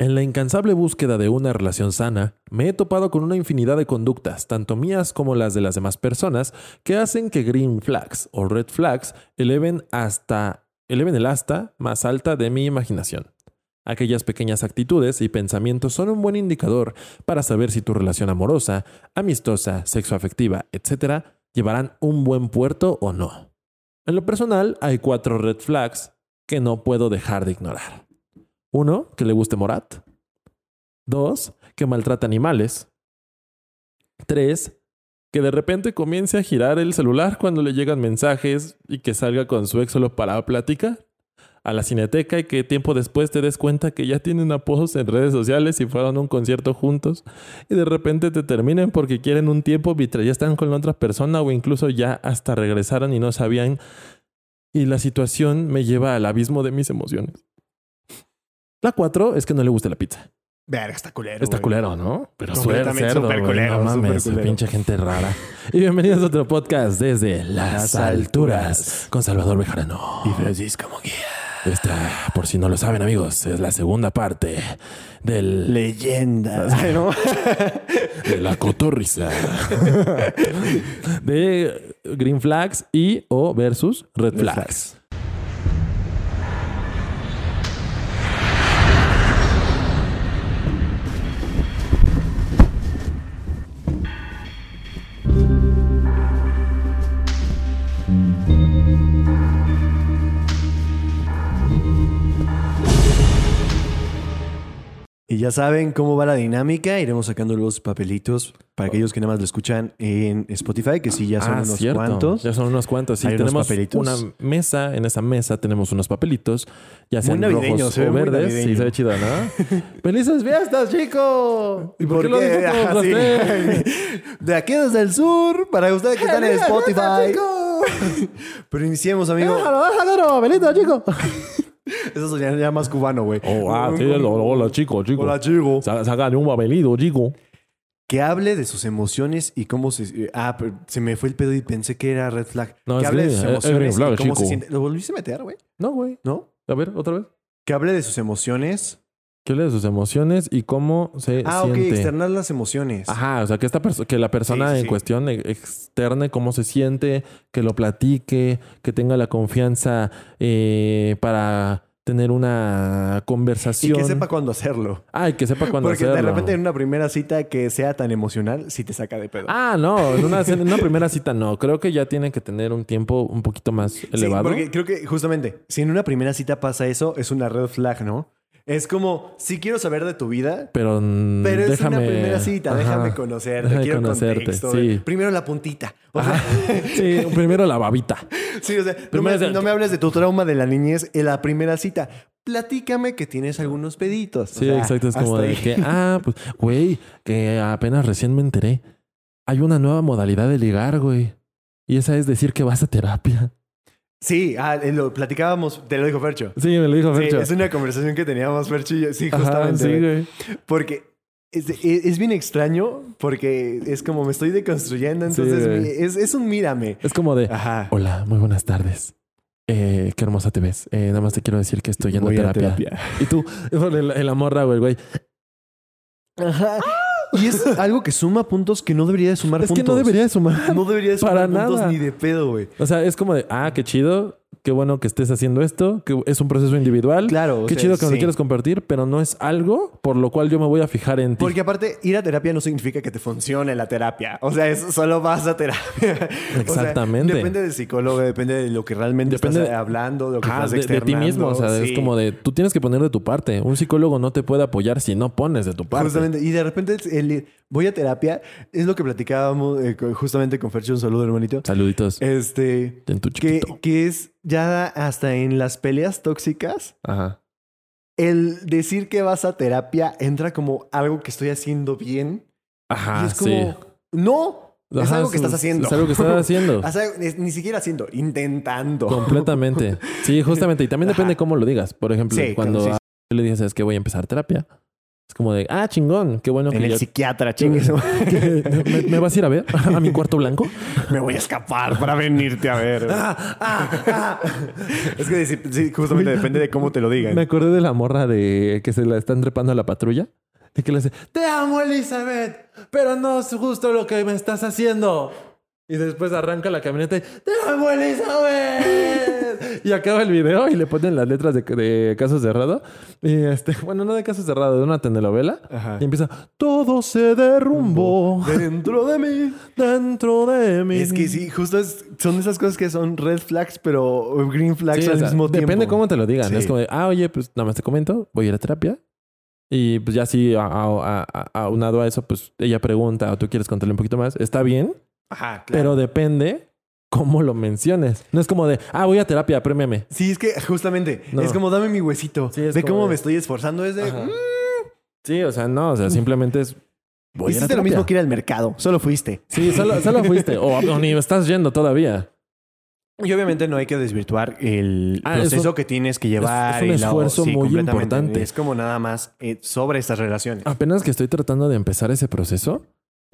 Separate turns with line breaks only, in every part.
En la incansable búsqueda de una relación sana, me he topado con una infinidad de conductas, tanto mías como las de las demás personas, que hacen que green flags o red flags eleven hasta eleven el asta más alta de mi imaginación. Aquellas pequeñas actitudes y pensamientos son un buen indicador para saber si tu relación amorosa, amistosa, sexoafectiva, etc., llevarán un buen puerto o no. En lo personal, hay cuatro red flags que no puedo dejar de ignorar. Uno, que le guste Morat. Dos, que maltrata animales. Tres, que de repente comience a girar el celular cuando le llegan mensajes y que salga con su ex solo para platicar. A la cineteca y que tiempo después te des cuenta que ya tienen apodos en redes sociales y fueron a un concierto juntos y de repente te terminen porque quieren un tiempo mientras ya están con la otra persona o incluso ya hasta regresaron y no sabían. Y la situación me lleva al abismo de mis emociones. La cuatro es que no le gusta la pizza.
Ver, está culero.
Está
güey.
culero, ¿no? Pero suena
Completamente
cerdo,
súper
güey.
culero,
no
súper
mames,
culero.
pinche gente rara. Y bienvenidos a otro podcast desde las,
Las
alturas,
alturas.
con Salvador Bejarano.
Y Francisco Moguía.
Esta, por si no lo saben, amigos, es la segunda parte del,
Leyenda. Ay, no.
de la cotorriza de Green Flags y o versus Red,
Red
flags.
Y ya saben cómo va la dinámica. Iremos sacando los papelitos para aquellos que nada más lo escuchan en Spotify, que sí, ya son
Ah,
unos
cierto.
cuantos.
Ya son unos cuantos. Sí,
Hay unos
tenemos
papelitos.
una mesa. En esa mesa tenemos unos papelitos, ya sean
navideño,
rojos
se ve
o
muy
verdes.
navideño.
Sí, se ve chido, ¿no? Pues ¡Felices fiestas, chico! ¿Y por, qué, lo dijo como
Ajá, Ah, sí.
francés?
De aquí desde el sur, para ustedes que están en
¡Felices fiestas,
Spotify.
chico!
Pero iniciemos, amigo.
¡Déjalo, déjalo, Benito, chico!
Eso sería ya más cubano, güey.
Oh, ah, sí, el- hola, chico, chico.
Hola, chico.
Sa- Sácale un papelito, chico.
Que hable de sus emociones y cómo se. eh, Ah, pero se me fue el pedo y pensé que era red flag.
No,
que
es
hable de
green, es-
sus
es
emociones
green
y
flag,
cómo se
chico.
siente. Lo volviste a meter, güey,
No, güey.
¿no?
A ver, otra vez.
Que hable de sus emociones.
¿Qué le de sus emociones y cómo se
Ah, ok,
siente?
externar las emociones.
Ajá, o sea, que, esta perso- que la persona
Sí, sí,
en
sí.
cuestión e- externe cómo se siente, que lo platique, que tenga la confianza eh, para tener una
Y
conversación.
que sepa cuándo hacerlo.
Ay, que sepa cuándo
Porque de
hacerlo.
repente en una primera cita que sea tan emocional, sí te saca de pedo.
Ah, no, en una, en una primera cita no. Creo que ya tiene que tener un tiempo un poquito más
Sí,
elevado.
porque creo que justamente, si en una primera cita pasa eso, es una red flag, ¿no? Es como, sí quiero saber de tu vida,
Pero, mm,
pero es
déjame...
una primera cita,
Ajá.
déjame conocerte,
Déjame
quiero
conocerte,
contexto. eh.
sí.
Primero la puntita. O sea,
Ajá. Sí, primero la babita.
sí, o sea, no
Primero
me,
es-
no me hables de tu trauma de la niñez en la primera cita. Platícame que tienes algunos peditos. O
Sí,
sea,
exacto. Es como
hasta
de
ahí.
que, ah, pues, güey, que apenas recién me enteré. Hay una nueva modalidad de ligar, güey. Y esa es decir que vas a terapia.
Sí, ah, eh, lo platicábamos, te lo dijo Fercho.
Sí, me lo dijo
Sí,
Fercho.
es una conversación que teníamos, Fercho y yo. Sí,
Ajá,
justamente.
sí,
güey.
güey.
Porque es, es- es bien extraño, porque es como me estoy deconstruyendo,
Sí,
entonces
güey.
mi- es, es un mírame.
Es como de,
Ajá.
hola, muy buenas tardes. Eh, qué hermosa te ves. Eh, nada más te quiero decir que estoy yendo
Voy
a terapia.
terapia.
Y tú, el, el morra, güey, güey.
Ajá. Y es algo que suma puntos que no debería de sumar
Es que
puntos.
no debería de sumar.
No debería de sumar
Para
puntos
nada.
ni de pedo, güey.
O sea, es como de, ah, qué chido, qué bueno que estés haciendo esto, que es un proceso individual.
Claro, o
Qué
sea,
chido que me lo
sí.
quieras compartir, pero no es algo por lo cual yo me voy a fijar en ti.
Porque aparte, ir a terapia no significa que te funcione la terapia. O sea, es, solo vas a terapia. O sea,
Exactamente.
depende del psicólogo, depende de lo que realmente
Depende
estás
de-
hablando, de lo que
Ah,
estás
de, de ti
externando.
mismo, o sea, es
Sí.
como de tú tienes que poner de tu parte. Un psicólogo no te puede apoyar si no pones de tu parte.
Justamente, y de repente el, el- voy a terapia, es lo que platicábamos eh, con- justamente con Fercho, un saludo hermanito.
Saluditos
Este,
en tu
que,
chiquito.
que es ya hasta en las peleas tóxicas,
Ajá.
el decir que vas a terapia entra como algo que estoy haciendo bien.
Ajá,
y es como,
Ah, sí.
no, es
Ajá,
algo que estás haciendo.
Es algo que estás haciendo.
O sea, es- ni siquiera haciendo, intentando.
Completamente. Sí, justamente. Y también
Ajá.
depende cómo lo digas. Por ejemplo,
Sí, claro,
cuando
sí,
a- le dices es que voy a empezar terapia, Es como de, ah, chingón, qué bueno
En
que
el
ya-
psiquiatra, chingues.
¿Me, me vas a ir a ver a mi cuarto blanco?
Me voy a escapar para venirte a ver.
Ah,
Es que sí, sí, justamente depende de cómo te lo digan.
Me acordé de la morra de que se la están trepando a la patrulla. Y que le hace, te amo Elizabeth, pero no es justo lo que me estás haciendo. Y después arranca la camioneta y, te amo Elizabeth. y acaba el video y le ponen las letras de, de Caso Cerrado. Y este, bueno, no de Caso Cerrado, de una telenovela.
Ajá.
Y empieza, todo se derrumbó
Dentro de mí.
dentro de mí.
Es que sí, justo es- son esas cosas que son red flags, pero green flags
Sí,
al
o sea,
mismo tiempo.
Depende cómo te lo digan.
Sí.
Es como de, ah, oye, pues nada más te comento, voy a ir a terapia. Y pues ya sí, a- a- a- a- aunado a eso, pues ella pregunta o tú quieres contarle un poquito más. Está bien,
Ajá, claro.
pero depende cómo lo menciones. No es como de, ah, voy a terapia, premiame.
Sí, es que justamente
No.
es como dame mi huesito.
Sí, es
Ve
como
cómo
de-
me estoy esforzando. Es de. "Mm,
Sí, o sea, no, o sea, simplemente es. Voy a ir a
Hiciste lo
terapia".
mismo que ir al mercado. Solo fuiste.
Sí, solo, solo fuiste. O, o ni estás yendo todavía.
Y obviamente no hay que desvirtuar el
Ah,
proceso
eso-
que tienes que llevar.
es un
y la-
esfuerzo muy
completamente.
importante.
Es como nada más eh, sobre estas relaciones.
Apenas que estoy tratando de empezar ese proceso,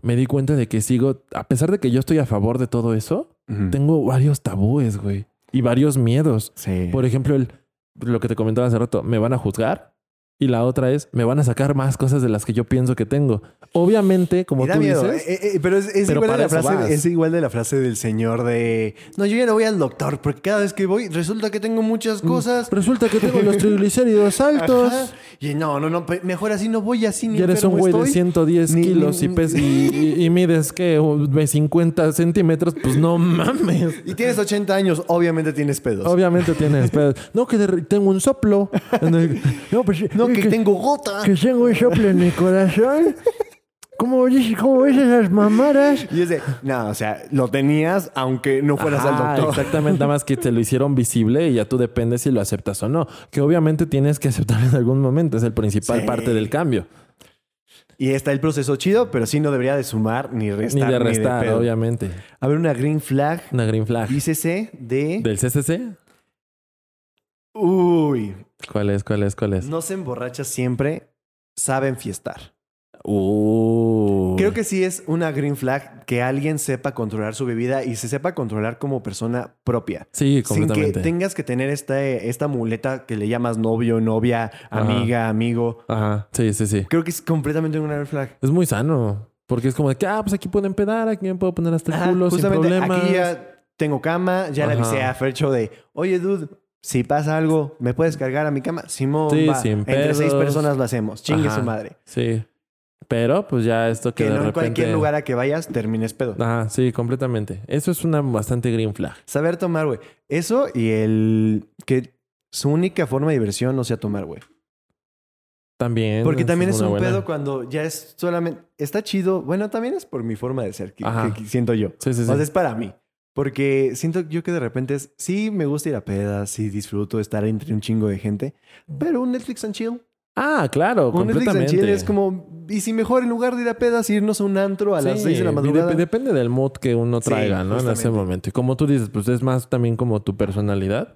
me di cuenta de que sigo, a pesar de que yo estoy a favor de todo eso,
Ujú.
Ah, tengo varios tabúes, güey. Y varios miedos.
Sí.
Por ejemplo, el, lo que te comentaba hace rato, me van a juzgar. Y la otra es, me van a sacar más cosas de las que yo pienso que tengo. Obviamente, como
Y da
tú
miedo,
dices,
eh, eh, eh, pero es, es
pero
igual de
para
la
eso vas.
frase, es igual de la frase del señor de no, yo ya no voy al doctor porque cada vez que voy resulta que tengo muchas
Mm,
cosas.
resulta que tengo los triglicéridos altos.
eh. Ajá. Y no, no, no, pe- mejor así no voy así ni
Y eres un
enfermo
güey de
estoy.
110
Ni- ni-
kilos y, pes- y, y- y mides que 50 centímetros, pues no mames.
Y tienes 80 años, obviamente tienes pedos.
Obviamente tienes pedos. No, que de- tengo un soplo. No, pues,
no, que
que-
tengo gota.
que tengo un soplo en mi corazón. ¿Cómo, dices- cómo ves esas mamaras?
Y es de, no, o sea, lo tenías aunque no fueras
Ajá,
al doctor.
Exactamente, nada más que te lo hicieron visible y ya tú dependes si lo aceptas o no. Que obviamente tienes que aceptar en algún momento, es el principal
Sí.
parte del cambio.
Y está el proceso chido, pero sí no debería de sumar ni restar.
ni de restar,
pedo.
obviamente.
A ver, una green flag,
Una green flag.
dícese de...
¿Del CCC?
Uy,
¿Cuál es? ¿Cuál es? ¿Cuál es?
no se emborracha siempre, saben fiestar.
Uy.
Creo que sí es una green flag que alguien sepa controlar su bebida y se sepa controlar como persona propia.
Sí,
Sin que
completamente.
tengas que tener esta, esta muleta que le llamas novio, novia, amiga, amigo.
Ajá. Sí, sí, sí.
Creo que es completamente una green flag.
Es muy sano. Porque es como de que, ah, pues aquí pueden pedar, aquí me puedo poner hasta el
Ajá,
culo sin
justamente
problemas.
aquí ya tengo cama, ya le
Ajá.
avisé a Fercho de, oye, dude, si pasa algo, ¿me puedes cargar a mi cama? Simón,
Sí,
va.
sin
entre seis
pedos.
personas lo hacemos. Chingue
Ajá.
su madre.
Sí. Pero pues ya esto que,
Que
de
no en
repente...
cualquier lugar a que vayas termines pedo.
Ajá, sí, completamente. Eso es una bastante green flag.
Saber tomar, güey. Eso y el que su única forma de diversión no sea tomar, güey.
También.
Porque
esa
también es
una
un
buena.
pedo cuando ya es solamente... Está chido. Bueno, también es por mi forma de ser que,
Ajá.
que- que siento yo.
Sí, sí,
O sea,
sí.
es para mí. Porque siento yo que de repente es, sí, me gusta ir a pedas, sí, disfruto estar entre un chingo de gente, pero un Netflix and chill.
Ah, claro,
Un Netflix and
completamente.
chill es como, y si mejor en lugar de ir a pedas, irnos a un antro a las
Sí,
6 de la
y dep-
madrugada.
depende del mood que uno
Sí,
traiga, ¿no? En ese
justamente.
momento. Y como tú dices, pues es más también como tu personalidad.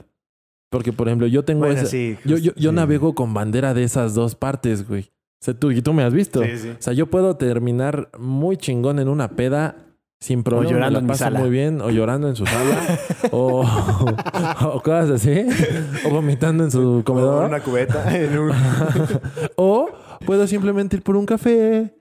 Porque, por ejemplo, yo tengo
Bueno,
esa-
sí,
Yo, yo, yo
sí.
navego con bandera de esas dos partes, güey. O sea, tú, y tú me has visto.
Sí, sí.
O sea, yo puedo terminar muy chingón en una peda sin problema.
llorando
la
en mi
paso
sala.
muy bien. O llorando en su sala. o, o cosas así. O vomitando en su comedor.
O una cubeta. en un-
O puedo simplemente ir por un café,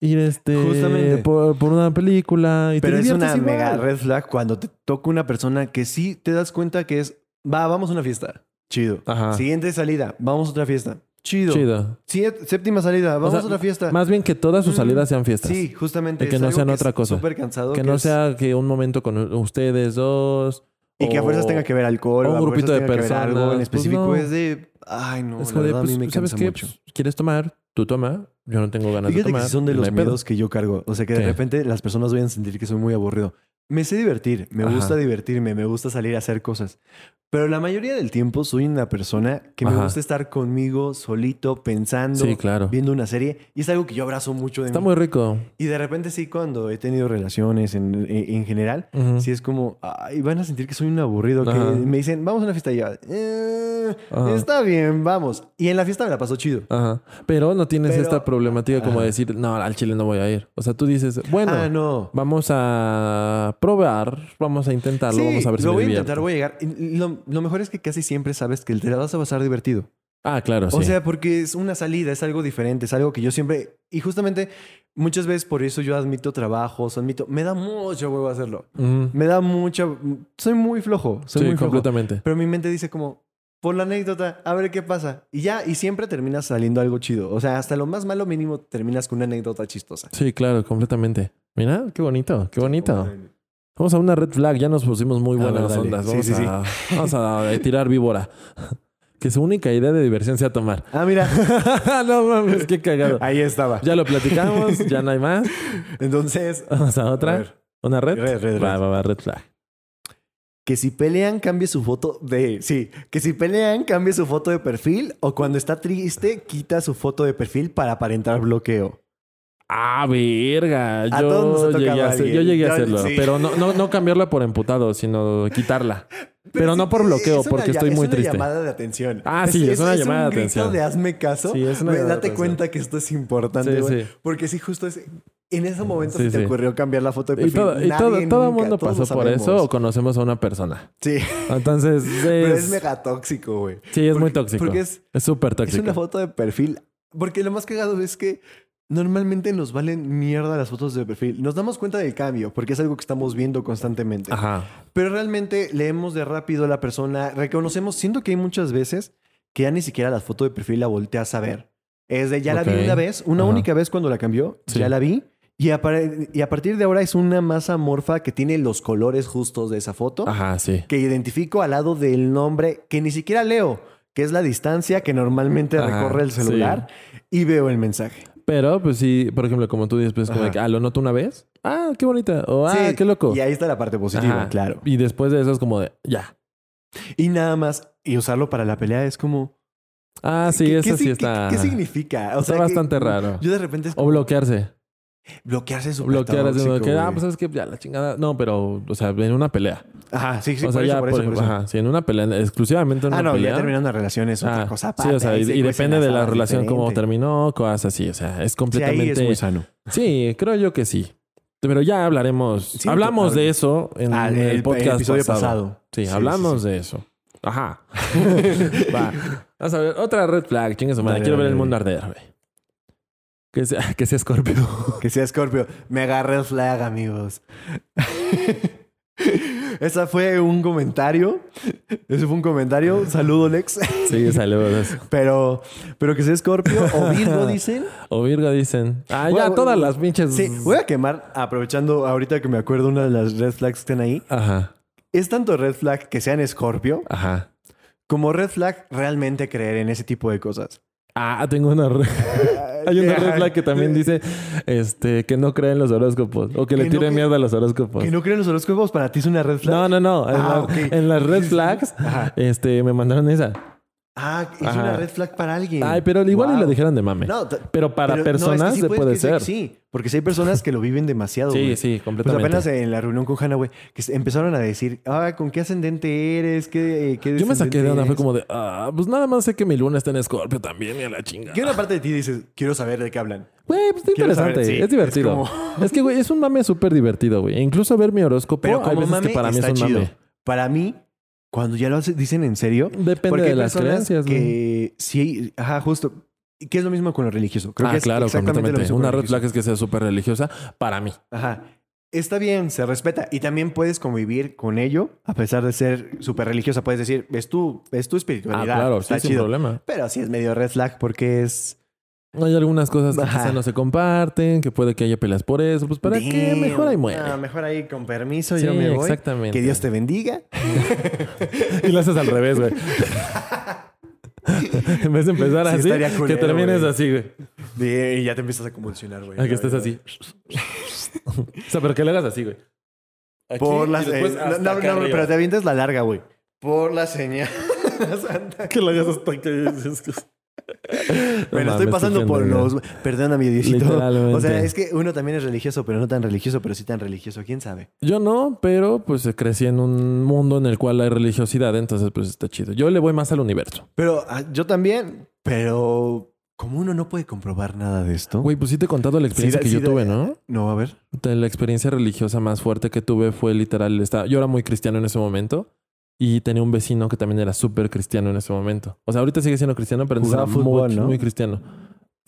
ir este,
Justamente.
Por, por una película. Y te
Pero es
diviertes
una
igual.
mega red flag cuando te toca una persona que sí te das cuenta que es, va, vamos a una fiesta. Chido.
Ajá.
Siguiente salida, vamos a otra fiesta. Chido.
Chido.
Siete- séptima salida, vamos
sea,
a otra fiesta.
Más bien que todas sus
Mm.
salidas sean fiestas.
Sí, justamente.
Y que
es
no
algo
sean
es
otra cosa.
súper cansado.
Que no
es-
sea que un momento con ustedes dos.
Y que a
o-
fuerzas tenga que ver alcohol.
o un
a fuerzas
grupito de
tenga que ver
personas,
Algo en
pues
específico
no.
es de... Ay, no,
Es
la
como de,
verdad a mí
pues,
me
¿sabes
cansa
qué?
mucho.
Pues, ¿Quieres tomar? Tú toma. Yo no tengo ganas de
Fíjate
tomar.
que son de
No
los
hay pedo.
miedos que yo cargo. O sea, que de
¿Qué?
repente las personas vayan a sentir que soy muy aburrido. Me sé divertir, me
Ajá.
gusta divertirme, me gusta salir a hacer cosas. Pero la mayoría del tiempo soy una persona que me
Ajá.
gusta estar conmigo solito, pensando,
Sí, claro.
viendo una serie. Y es algo que yo abrazo mucho de
Está
mí.
muy rico.
Y de repente sí, cuando he tenido relaciones en, e, en- en general,
Ujú.
sí es como, ay, van a sentir que soy un aburrido, que
Ajá.
me dicen, vamos a una fiesta y yo, "Eh,
Ajá.
está bien, vamos. Y en la fiesta me la pasó chido.
Ajá. Pero no tienes
Pero-
esta problemática como decir, no, al Chile no voy a ir. O sea, tú dices, bueno,
ah, no.
vamos a probar, vamos a intentarlo,
Sí,
vamos a ver si
lo
me
voy a
divierto.
intentar, voy a llegar. Y Lo, lo mejor es que casi siempre sabes que te la vas a pasar divertido.
Ah, claro, sí.
O sea, porque es una salida, es algo diferente, es algo que yo siempre... Y justamente muchas veces por eso yo admito trabajos, admito... Me da mucho huevo hacerlo.
Ujú.
Me da mucha... Soy muy flojo, soy
Sí,
muy flojo.
completamente.
Pero mi mente dice como, por la anécdota, a ver qué pasa. Y ya, y siempre termina saliendo algo chido. O sea, hasta lo más malo mínimo terminas con una anécdota chistosa.
Sí, claro, completamente. Mira, qué bonito, qué bonito. Vamos a una red flag, ya nos pusimos muy
A
buenas
ver, dale.
ondas.
Sí,
Vamos,
sí, sí.
a, vamos a eh, tirar víbora. que su única idea de diversión sea tomar.
Ah, mira,
no mames, qué cagado.
ahí estaba.
Ya lo platicamos, ya no hay más.
Entonces,
Vamos a otra.
A ver.
¿Una red?
Red, red,
Va,
red.
va, va, red flag.
que si pelean, cambie su foto de... Sí, que si pelean, cambie su foto de perfil o cuando está triste, quita su foto de perfil para aparentar bloqueo.
Ah, verga.
A todos nos
yo,
ha tocado
llegué a, hacer-
alguien.
yo llegué a
Yo-
hacerlo,
sí.
pero no, no, no cambiarla por emputado, sino quitarla. Pero, no por bloqueo,
Es una
porque
lla-
estoy muy
Es una
triste.
llamada de atención.
Ah, sí, es una llamada de
un grito
atención.
de hazme caso.
Sí, es una
Ve,
llamada de
Date
atención.
cuenta que esto es importante,
Sí,
güey.
sí.
Porque sí, justo es... En ese momento
Sí,
se te
sí.
ocurrió cambiar la foto de
Y
perfil.
todo, y
Nadie
todo, todo el
nunca,
mundo
todos
pasó
lo
por eso o
sabemos.
conocemos a una persona.
Sí,
Entonces, es,
pero es mega tóxico, güey.
sí, es muy
porque-
tóxico.
porque es-
es súper
Es
tóxico.
una foto de perfil. Porque lo más cagado es que normalmente nos valen mierda las fotos de perfil. Nos damos cuenta del cambio porque es algo que estamos viendo constantemente.
Ajá.
Pero realmente leemos de rápido a la persona, reconocemos, siento que hay muchas veces que ya ni siquiera la foto de perfil la volteas a ver. Es de ya la
Ok.
vi una vez, una
Ajá.
única vez cuando la cambió,
Sí.
ya la vi. Y a, par- y a partir de ahora es una masa morfa que tiene los colores justos de esa foto,
Ajá, sí.
que identifico al lado del nombre que ni siquiera leo, que es la distancia que normalmente
Ajá,
recorre el
sí.
celular, y veo el mensaje.
Pero, pues sí, por ejemplo, como tú dices, pues como
Ajá.
de que, ah, lo noto una vez. Ah, qué bonita. O ah,
Sí,
qué loco.
Y ahí está la parte positiva,
Ajá.
claro.
Y después de eso es como de, ya.
Y nada más, y usarlo para la pelea es como...
Ah, sí,
¿Qué-
eso
qué
sí
sig-
está.
¿Qué, qué significa?
está
que
bastante raro.
Yo de repente es
O bloquearse.
bloquearse su
Bloquear así, como que, ah, pues es que ya la chingada. No, pero, o sea, en una pelea.
Ajá, sí, sí,
o sea,
por,
ya
eso, por, eso, por eso.
Ajá, sí, en una pelea, exclusivamente en
Ah,
una
no,
pelea.
ya terminando una relación es otra
Ah,
cosa
sí,
aparte.
o sea,
ahí
y,
sí
y
cuecen
depende
las
de la
habas
relación cómo
diferente.
terminó, cosas así, o sea, es
Sí, ahí
completamente
es muy sano.
Sí, creo yo que sí. Pero ya hablaremos.
Sí,
hablamos
hable-
de eso en
Ah,
el,
el
podcast
episodio
pasado.
pasado.
Sí,
Sí,
hablamos de eso. Ajá. Va. Vamos a ver, otra red flag, chingue su madre.
Dale,
Quiero
dale,
ver el
dale.
mundo arder, güey. Que sea, que sea Scorpio.
Que sea Scorpio. Me agarré el flag, amigos. Esa fue un comentario. Ese fue un comentario. Saludo, Lex.
Sí, saludos.
Pero, pero que sea Scorpio o Virgo, dicen.
O Virgo dicen. Ah,
Voy
ya
a- voy-
todas las pinches.
Sí, voy a quemar, aprovechando ahorita que me acuerdo una de las red flags que están ahí.
Ajá,
Es tanto red flag que sean Scorpio
ajá.
como red flag realmente creer en ese tipo de cosas.
Ah, tengo una re- Hay una red
Ajá.
flag que también dice este que no cree en los horóscopos o que, le
Que no
tire
cre-
mierda a los horóscopos.
Que no creen los horóscopos para ti es una red flag.
pues No, no, no. En,
Ah,
la-
ok.
en las red flags,
Ajá.
este, me mandaron esa.
Ah, es
Ajá.
una red flag para alguien.
Ay, pero igual y
Wow.
la dijeron de mame.
No, t-
pero para
pero- no, es que
personas
sí
se
puedes
puede
que sí-
ser.
Sí, porque sí hay personas que lo viven demasiado.
Sí,
güey.
sí,
Pues
completamente.
apenas en la reunión con Hannah, güey, que se- empezaron a decir, ah, ¿con qué ascendente eres? ¿Qué, qué
Yo me saqué de onda,
descendente
fue
eres?"
como de, ah, pues nada más sé que mi luna está en Escorpio también y a la chinga.
Que una parte de ti dices, quiero saber de qué hablan.
Güey, pues está
Quiero saber,
interesante,
sí,
es divertido.
es
Es, que, güey, es un mame súper divertido, güey. E Incluso ver mi horóscopo,
Pero
hay
como
veces
mame,
que para mí es
está
un
chido.
mame.
Para mí, cuando ya lo hace- dicen en serio,
Depende
porque hay
de las
personas
creencias, güey.
que sí, ajá, justo. Que es lo mismo con lo religioso. Creo
ah,
que es
claro,
exactamente lo
completamente.
mismo con
Una
lo
red flag es que sea súper religiosa para mí. Ah,
Ajá. Está bien, se respeta. Y también puedes convivir con ello, a pesar de ser súper religiosa. Puedes decir, es tu, es
Ah,
tu espiritualidad.
claro, sí,
está
sin
chido.
problema.
Pero sí es medio red flag porque es.
Hay algunas cosas que
Ajá.
quizá no se comparten, que puede que haya peleas por eso. Pues para qué
Damn.
mejor ahí
No,
muere.
mejor ahí con permiso,
Sí,
yo me voy.
exactamente.
Que Dios te bendiga.
Y lo haces al revés, güey. en vez de empezar
Sí,
así,
estaría
que
culero,
termines
güey.
así, güey.
De- Y ya te empiezas a convulsionar, güey.
Ah, que estés así. o sea, pero que lo hagas así, güey. Aquí
Por
y
las.
después
eh,
hasta
no, no,
acá
eh, no,
arriba.
pero te avientas la larga, güey.
por la señal.
Que lo hagas hasta que. es que- No
Bueno,
mames,
estoy pasando
qué
por
genial.
los. Perdona, mi Diosito.
Literalmente.
O sea, es que uno también es religioso, pero no tan religioso, pero sí tan religioso. ¿Quién sabe?
Yo no, pero pues eh, crecí en un mundo en el cual hay religiosidad, entonces pues está chido. Yo le voy más al universo.
Pero ah, yo también, pero como uno no puede comprobar nada de esto.
Güey, pues sí te he contado la experiencia
da-
que
sí
yo
da-
tuve, ¿no?
No, a ver.
Puta, La experiencia religiosa más fuerte que tuve fue literal. Estaba, yo era muy cristiano en ese momento y tenía un vecino que también era súper cristiano en ese momento. O sea, ahorita sigue siendo cristiano, pero antes era
Jugaba fútbol,
muy,
¿no?
muy cristiano.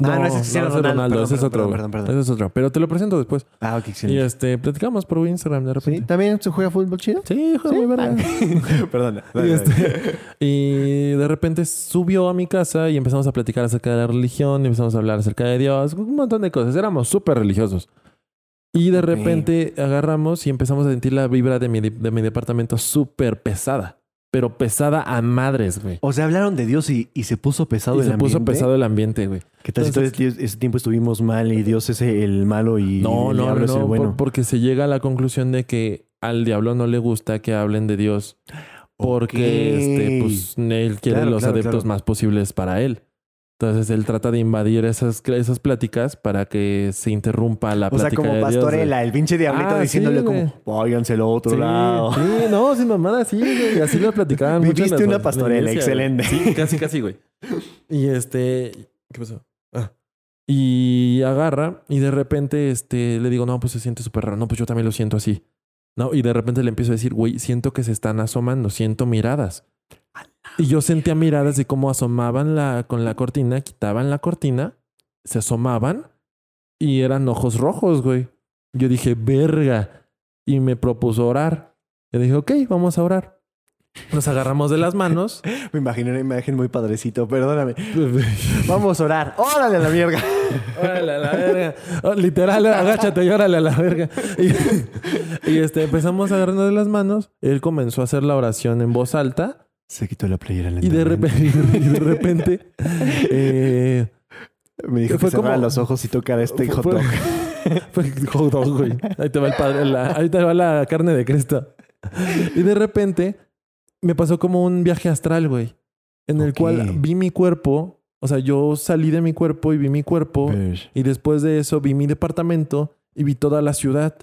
Ah, no, ese es Cristiano
ese es
Ronaldo. Perdón,
ese es
perdón,
otro. güey.
perdón, perdón, perdón.
Ese es otro. Pero te lo presento después.
Ah, ok,
Y
excelente.
este, platicamos por Instagram de
Sí,
repente.
también se juega fútbol chido.
Sí, hijo, muy verga.
Perdona.
Y, este, y de repente subió a mi casa y empezamos a platicar acerca de la religión, y empezamos a hablar acerca de Dios, un montón de cosas. Éramos súper religiosos. Y de repente agarramos y empezamos a sentir la vibra de mi, de mi departamento súper pesada. Pero pesada a madres, güey.
O sea, hablaron de Dios y, y se puso pesado
Y
el
se puso
ambiente.
pesado el ambiente, güey.
¿Qué tal si todo
Entonces-
ese, ese tiempo estuvimos mal y Dios es el malo y
No,
el
no,
diablo
no,
es el
por-
bueno?
porque se llega a la conclusión de que al diablo no le gusta que hablen de Dios. Porque
Ok.
este, pues, él quiere
Claro,
los
claro,
adeptos
claro.
más posibles para él. Entonces él trata de invadir esas, esas pláticas para que se interrumpa la
o sea,
plática.
como
de Dios,
pastorela, el pinche diablito
Ah,
diciéndole
sí,
como, váyanse al otro
güey.
lado.
Sí, sí, no, sin mamada, sí, güey. Así lo platicaban mucho. en
Viviste
las-
una
en la
pastorela,
iglesia, güey.
excelente.
Sí, casi, casi, güey. Y este. ¿Qué pasó? Ah. Y agarra y de repente este, le digo, no, pues se siente súper raro. No, pues yo también lo siento así. No, y de repente le empiezo a decir, güey, siento que se están asomando, siento miradas. Y yo sentía miradas de cómo asomaban la, con la cortina, quitaban la cortina, se asomaban y eran ojos rojos, güey. Yo dije, verga. Y me propuso orar. Yo dije, ok, vamos a orar. Nos agarramos de las manos.
Me imagino una imagen muy padrecito, perdóname. Vamos a orar. ¡Órale a la mierda!
Órale a la verga. Oh, literal, agáchate y órale a la verga. Y, y, este, empezamos a agarrarnos de las manos. Él comenzó a hacer la oración en voz alta.
Se quitó la playera
Y de repente, y de repente eh,
Me dijo
Fue
que cerrara
como-
los ojos y tocara este
fue-
hot dog.
fue- fue hot dog, güey. Ahí te va el padre, la, ahí te va la carne de Cristo. Y de repente me pasó como un viaje astral, güey. En el
Ok.
cual vi mi cuerpo. O sea, yo salí de mi cuerpo y vi mi cuerpo. Y después de eso vi mi departamento y vi toda la ciudad.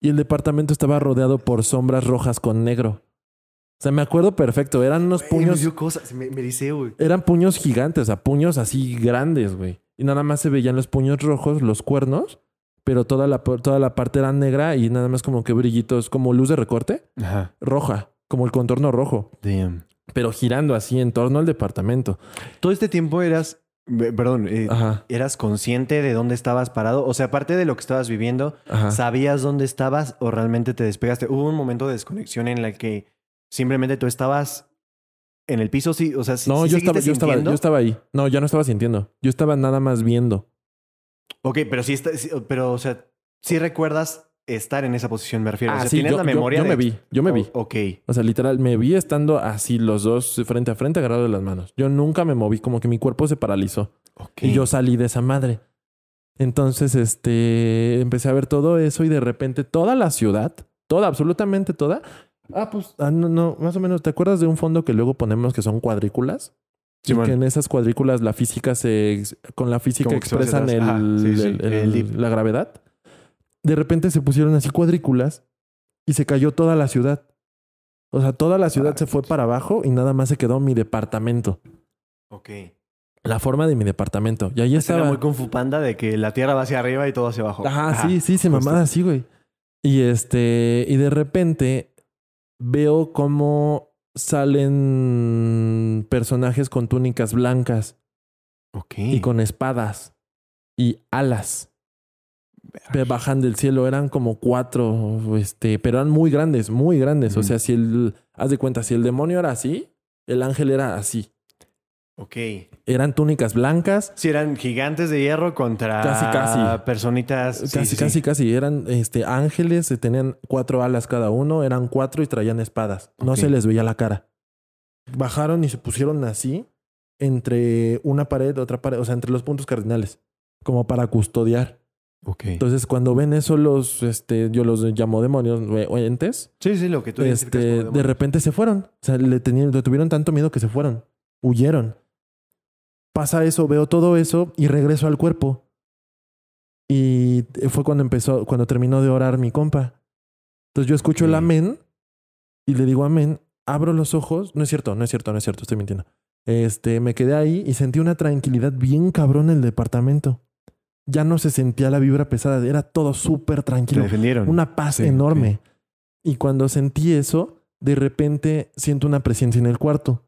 Y el departamento estaba rodeado por sombras rojas con negro. O sea, me acuerdo perfecto. Eran unos
Puños.
puños.
Me dio cosas. Me, me dice, güey.
Eran puños gigantes, o sea, puños así grandes, güey. Y nada más se veían los puños rojos, los cuernos, pero toda la, por- toda la parte era negra y nada más como que brillitos, como luz de recorte,
Ajá.
roja, como el contorno rojo,
Damn.
pero girando así en torno al departamento.
Todo este tiempo eras... be- Perdón. eh,
Ajá,
¿Eras consciente de dónde estabas parado? O sea, aparte de lo que estabas viviendo,
ajá.
¿sabías dónde estabas o realmente te despegaste? Hubo un momento de desconexión en la que simplemente tú estabas en el piso, sí. O sea, sí-
No,
sí
yo estaba, yo
seguiste
estaba,
sintiendo?
yo estaba ahí. No, ya no estaba sintiendo. Yo estaba nada más viendo.
Ok, pero sí, está, sí, pero, o sea, sí recuerdas estar en esa posición, me refiero. o
Ah,
sea,
sí,
tienes
yo,
la
yo-
memoria.
yo me
de- Oh,
vi, yo me vi.
O- ok.
O sea, literal, me vi estando así los dos frente a frente agarrados de las manos. Yo nunca me moví, como que mi cuerpo se paralizó.
Ok.
Y yo salí de esa madre. Entonces, este, empecé a ver todo eso y de repente toda la ciudad, toda, absolutamente toda. Ah, pues, ah, no, no, más o menos, ¿te acuerdas de un fondo que luego ponemos que son cuadrículas?
Sí,
Y
man.
que en esas cuadrículas la física se... ex- Con la física
Como que se va hacia
expresan el,
atrás. Ajá, sí, sí,
el-
el
el-
dip.
la gravedad. De repente se pusieron así cuadrículas y se cayó toda la ciudad. O sea, toda la ciudad se fue para abajo y nada más se quedó mi departamento.
Ok.
La forma de mi departamento. Y ahí
Estaba
estaba...
muy Kung Fu Panda de que la tierra va hacia arriba y todo hacia abajo.
Ajá, sí, sí, se
justo.
mamada así, güey. Y este, y de repente veo cómo salen personajes con túnicas blancas
Ok.
y con espadas y alas. Ve- Bajan del cielo, eran como cuatro, este, pero eran muy grandes, muy grandes. O
Ujú.
sea, si el, haz de cuenta, si el demonio era así, el ángel era así.
Ok.
Eran túnicas blancas,
Sí, eran gigantes de hierro contra
Casi, casi.
personitas. sí,
casi,
sí, sí.
casi, casi. Eran este, ángeles, eh, tenían cuatro alas cada uno, eran cuatro y traían espadas. No
Ok.
se les veía la cara. Bajaron y se pusieron así entre una pared, otra pared, o sea, entre los puntos cardinales, como para custodiar.
Ok.
Entonces, cuando ven eso, los, este, yo los llamo demonios eh, o- o entes,
Sí, sí, lo que tú
este,
identificas como
de
demonio.
repente se fueron. O sea, le, tenían- le tuvieron tanto miedo que se fueron. Huyeron. Pasa eso, veo todo eso y regreso al cuerpo. Y fue cuando empezó, cuando terminó de orar mi compa. Entonces yo escucho el
Ok.
amén y le digo amén, abro los ojos. No es cierto, no es cierto, no es cierto, estoy mintiendo. Este, me quedé ahí y sentí una tranquilidad bien cabrón en el departamento. Ya no se sentía la vibra pesada, era todo súper
Te
tranquilo
defendieron.
una paz
Sí,
enorme. Y cuando sentí eso, de repente siento una presencia en el cuarto.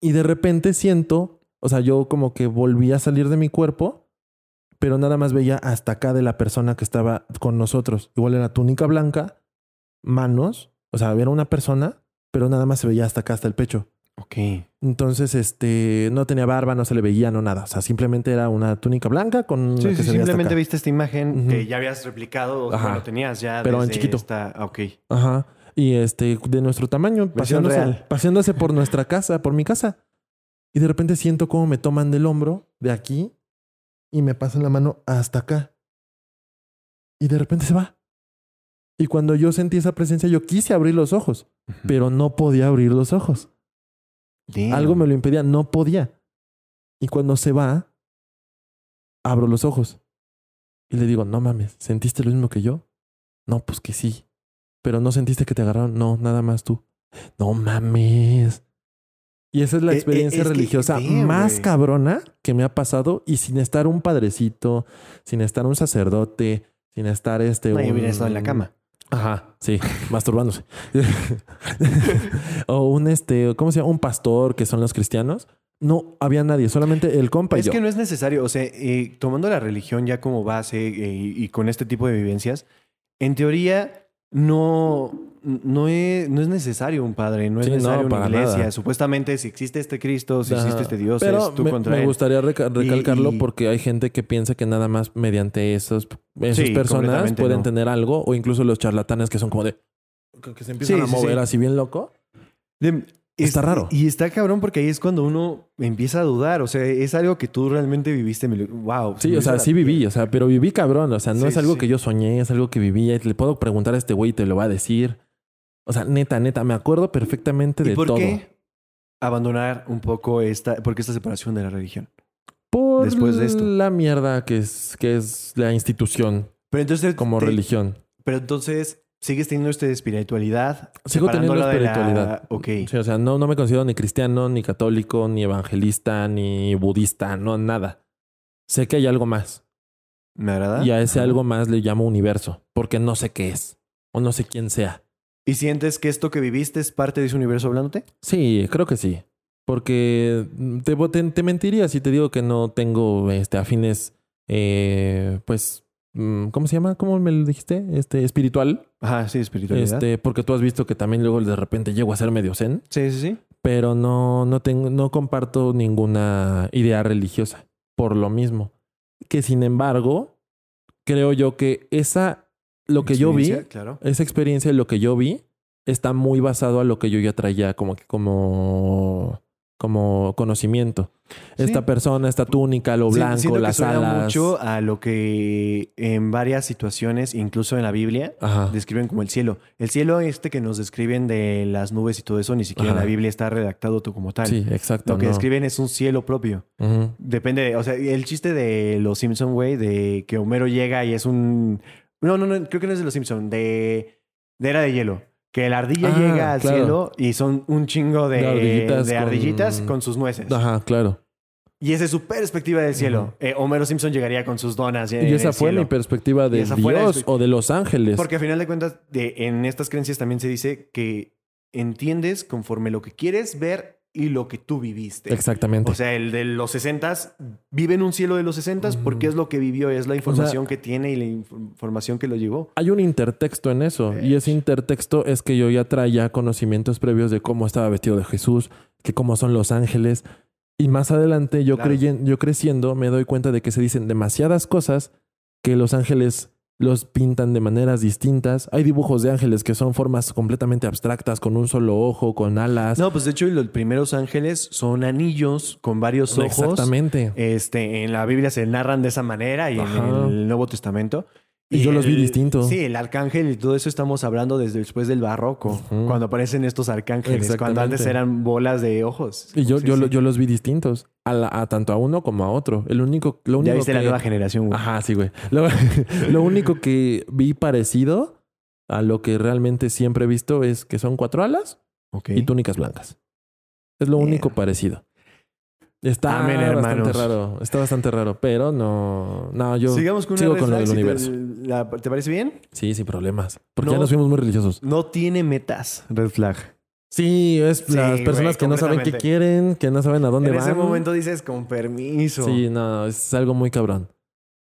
Y de repente siento, o sea, yo como que volví a salir de mi cuerpo, pero nada más veía hasta acá de la persona que estaba con nosotros. Igual era túnica blanca, manos, o sea, era una persona, pero nada más se veía hasta acá, hasta el pecho.
Ok.
Entonces, este, no tenía barba, no se le veía, no nada. O sea, simplemente era una túnica blanca con...
Sí,
la que se veía
sí,
hasta
simplemente
acá.
viste esta imagen
Ujú.
que ya habías replicado,
Ajá.
lo tenías ya.
Pero en
desde
chiquito.
Esta... ah, Ok.
Ajá. Y este, de nuestro tamaño, paseándose,
real.
paseándose por nuestra casa, por mi casa. Y de repente siento cómo me toman del hombro, de aquí, y me pasan la mano hasta acá. Y de repente se va. Y cuando yo sentí esa presencia, yo quise abrir los ojos,
Mm.
pero no podía abrir los ojos. Algo me lo impedía, no podía. Y cuando se va, abro los ojos y le digo, no mames, ¿sentiste lo mismo que yo? No, pues que sí. Pero no sentiste que te agarraron, no, nada más tú. No mames. Y esa es la
Eh, eh,
experiencia
es que,
religiosa
damn,
más
güey.
cabrona que me ha pasado y sin estar un padrecito, sin estar un sacerdote, sin estar este...
No, yo
un-
hubiera estado en la cama.
Ajá, sí, masturbándose. o un este, ¿cómo se llama? Un pastor que son los cristianos. No había nadie, solamente el compa y
Es
yo.
que no es necesario, o sea, eh, tomando la religión ya como base eh, y, y con este tipo de vivencias, en teoría no, no, es, no es necesario un padre, no es
Sí, no,
necesario una
para
iglesia.
nada.
Supuestamente si existe este Cristo, si
Ajá.
existe este Dios,
Pero
es tú
me,
contra
me
él.
gustaría reca- recalcarlo
y-
porque hay gente que piensa que nada más mediante esos, esas
Sí,
personas
completamente
pueden
no.
tener algo o incluso los charlatanes que son como de que, que se empiezan
Sí,
a
sí,
mover
sí.
así bien loco.
De-
Está
es-
raro.
Y está cabrón porque ahí es cuando uno empieza a dudar. O sea, es algo que tú realmente viviste. me lo- Wow. se
Sí,
me
o sea,
hizo la
sí
piel.
viví, o sea, pero viví cabrón, o sea, no
Sí,
es algo
sí.
que yo soñé, es algo que viví, le puedo preguntar a este güey y te lo va a decir. O sea, neta, neta, me acuerdo perfectamente de
¿Y por
todo.
qué abandonar un poco esta, porque esta separación de la religión?
Por
Después de esto.
la mierda que es, que es la institución
Pero entonces.
como
te-
religión.
Pero entonces, ¿sigues teniendo esta espiritualidad?
Sigo teniendo
Separándola de la-
espiritualidad.
Ok.
Sí, o sea, no, no me considero ni cristiano, ni católico, ni evangelista, ni budista, no nada. Sé que hay algo más.
¿Me agrada?
Y a ese algo más le llamo universo, porque no sé qué es, o no sé quién sea.
¿Y sientes que esto que viviste es parte de ese universo hablándote?
Sí, creo que sí. Porque mm, te, te, te mentiría si te digo que no tengo este, afines, eh, pues, mm, ¿cómo se llama? ¿Cómo me lo dijiste? Este, espiritual.
Ajá, sí, espiritualidad.
Este, porque tú has visto que también luego de repente llego a ser medio zen,
Sí, sí, sí.
pero no, no tengo, no comparto ninguna idea religiosa por lo mismo. Que sin embargo, creo yo que esa, lo que yo vi,
Experiencia, Claro.
esa experiencia y lo que yo vi está muy basado a lo que yo ya traía como que como como conocimiento.
Sí.
Esta persona, esta túnica, lo
Sí,
blanco,
siento que
las
suena
alas.
mucho a lo que en varias situaciones, incluso en la Biblia,
Ajá.
describen como el cielo. El cielo este que nos describen de las nubes y todo eso, ni siquiera en
Ajá.
la Biblia está redactado tú como tal.
Sí, exacto.
Lo que
no.
describen es un cielo propio.
Ujú.
Depende, de- o sea, el chiste de los Simpson, güey, de que Homero llega y es un... No, no, no, creo que no es de los Simpson, de... de Era de Hielo. Que la ardilla
Ah,
llega al
claro.
cielo y son un chingo de,
De
de
ardillitas
ardillitas,
con-
con... sus nueces.
Ajá, claro.
Y esa es su perspectiva del cielo.
Ujú.
Eh, Homero Simpson llegaría con sus donas. en
Y esa
el
fue mi
cielo.
perspectiva de
Y
Dios
esa fue la
o de los ángeles.
Porque a final de cuentas, de- en estas creencias también se dice que entiendes conforme lo que quieres ver y lo que tú viviste.
Exactamente.
O sea, el de los 60 vive en un cielo de los 60
Mm.
porque es lo que vivió, es la información que tiene y la inf- información que lo llevó.
Hay un intertexto en eso. Y ese intertexto es que yo ya traía conocimientos previos de cómo estaba vestido de Jesús, que cómo son los ángeles. Y más adelante, yo,
Claro.
creyen- yo creciendo, me doy cuenta de que se dicen demasiadas cosas que los ángeles los pintan de maneras distintas. Hay dibujos de ángeles que son formas completamente abstractas, con un solo ojo, con alas.
No, pues de hecho los primeros ángeles son anillos con varios ojos.
Exactamente.
Este, en la Biblia se narran de esa manera y
Ajá.
en el Nuevo Testamento.
Y yo los vi
el-
distinto.
Sí, el arcángel y todo eso estamos hablando desde después del barroco, cuando aparecen estos arcángeles, cuando
Exactamente.
antes eran bolas de ojos.
y yo,
Sí,
yo,
sí.
lo- yo los vi distintos, a, la- a tanto a uno como a otro. El único, lo único
Ya viste
que,
la nueva generación, güey.
Ajá, sí, güey. Lo, lo único que vi parecido a lo que realmente siempre he visto es que son cuatro alas
Ok.
y túnicas blancas. Es lo
Bien.
único parecido. Está
Amén,
bastante
hermanos.
raro. Está bastante raro, pero no. No, yo
Sigamos con una
sigo
red
con lo
flag,
del
si te-
universo.
la- ¿Te parece bien?
Sí, sin problemas. Porque ya
No.
nos fuimos muy religiosos.
No tiene metas, red flag.
Sí, es
Sí,
las
güey,
personas que no saben qué
completamente.
quieren, que no saben a dónde
En
van.
ese momento dices con permiso.
Sí, no, es algo muy cabrón.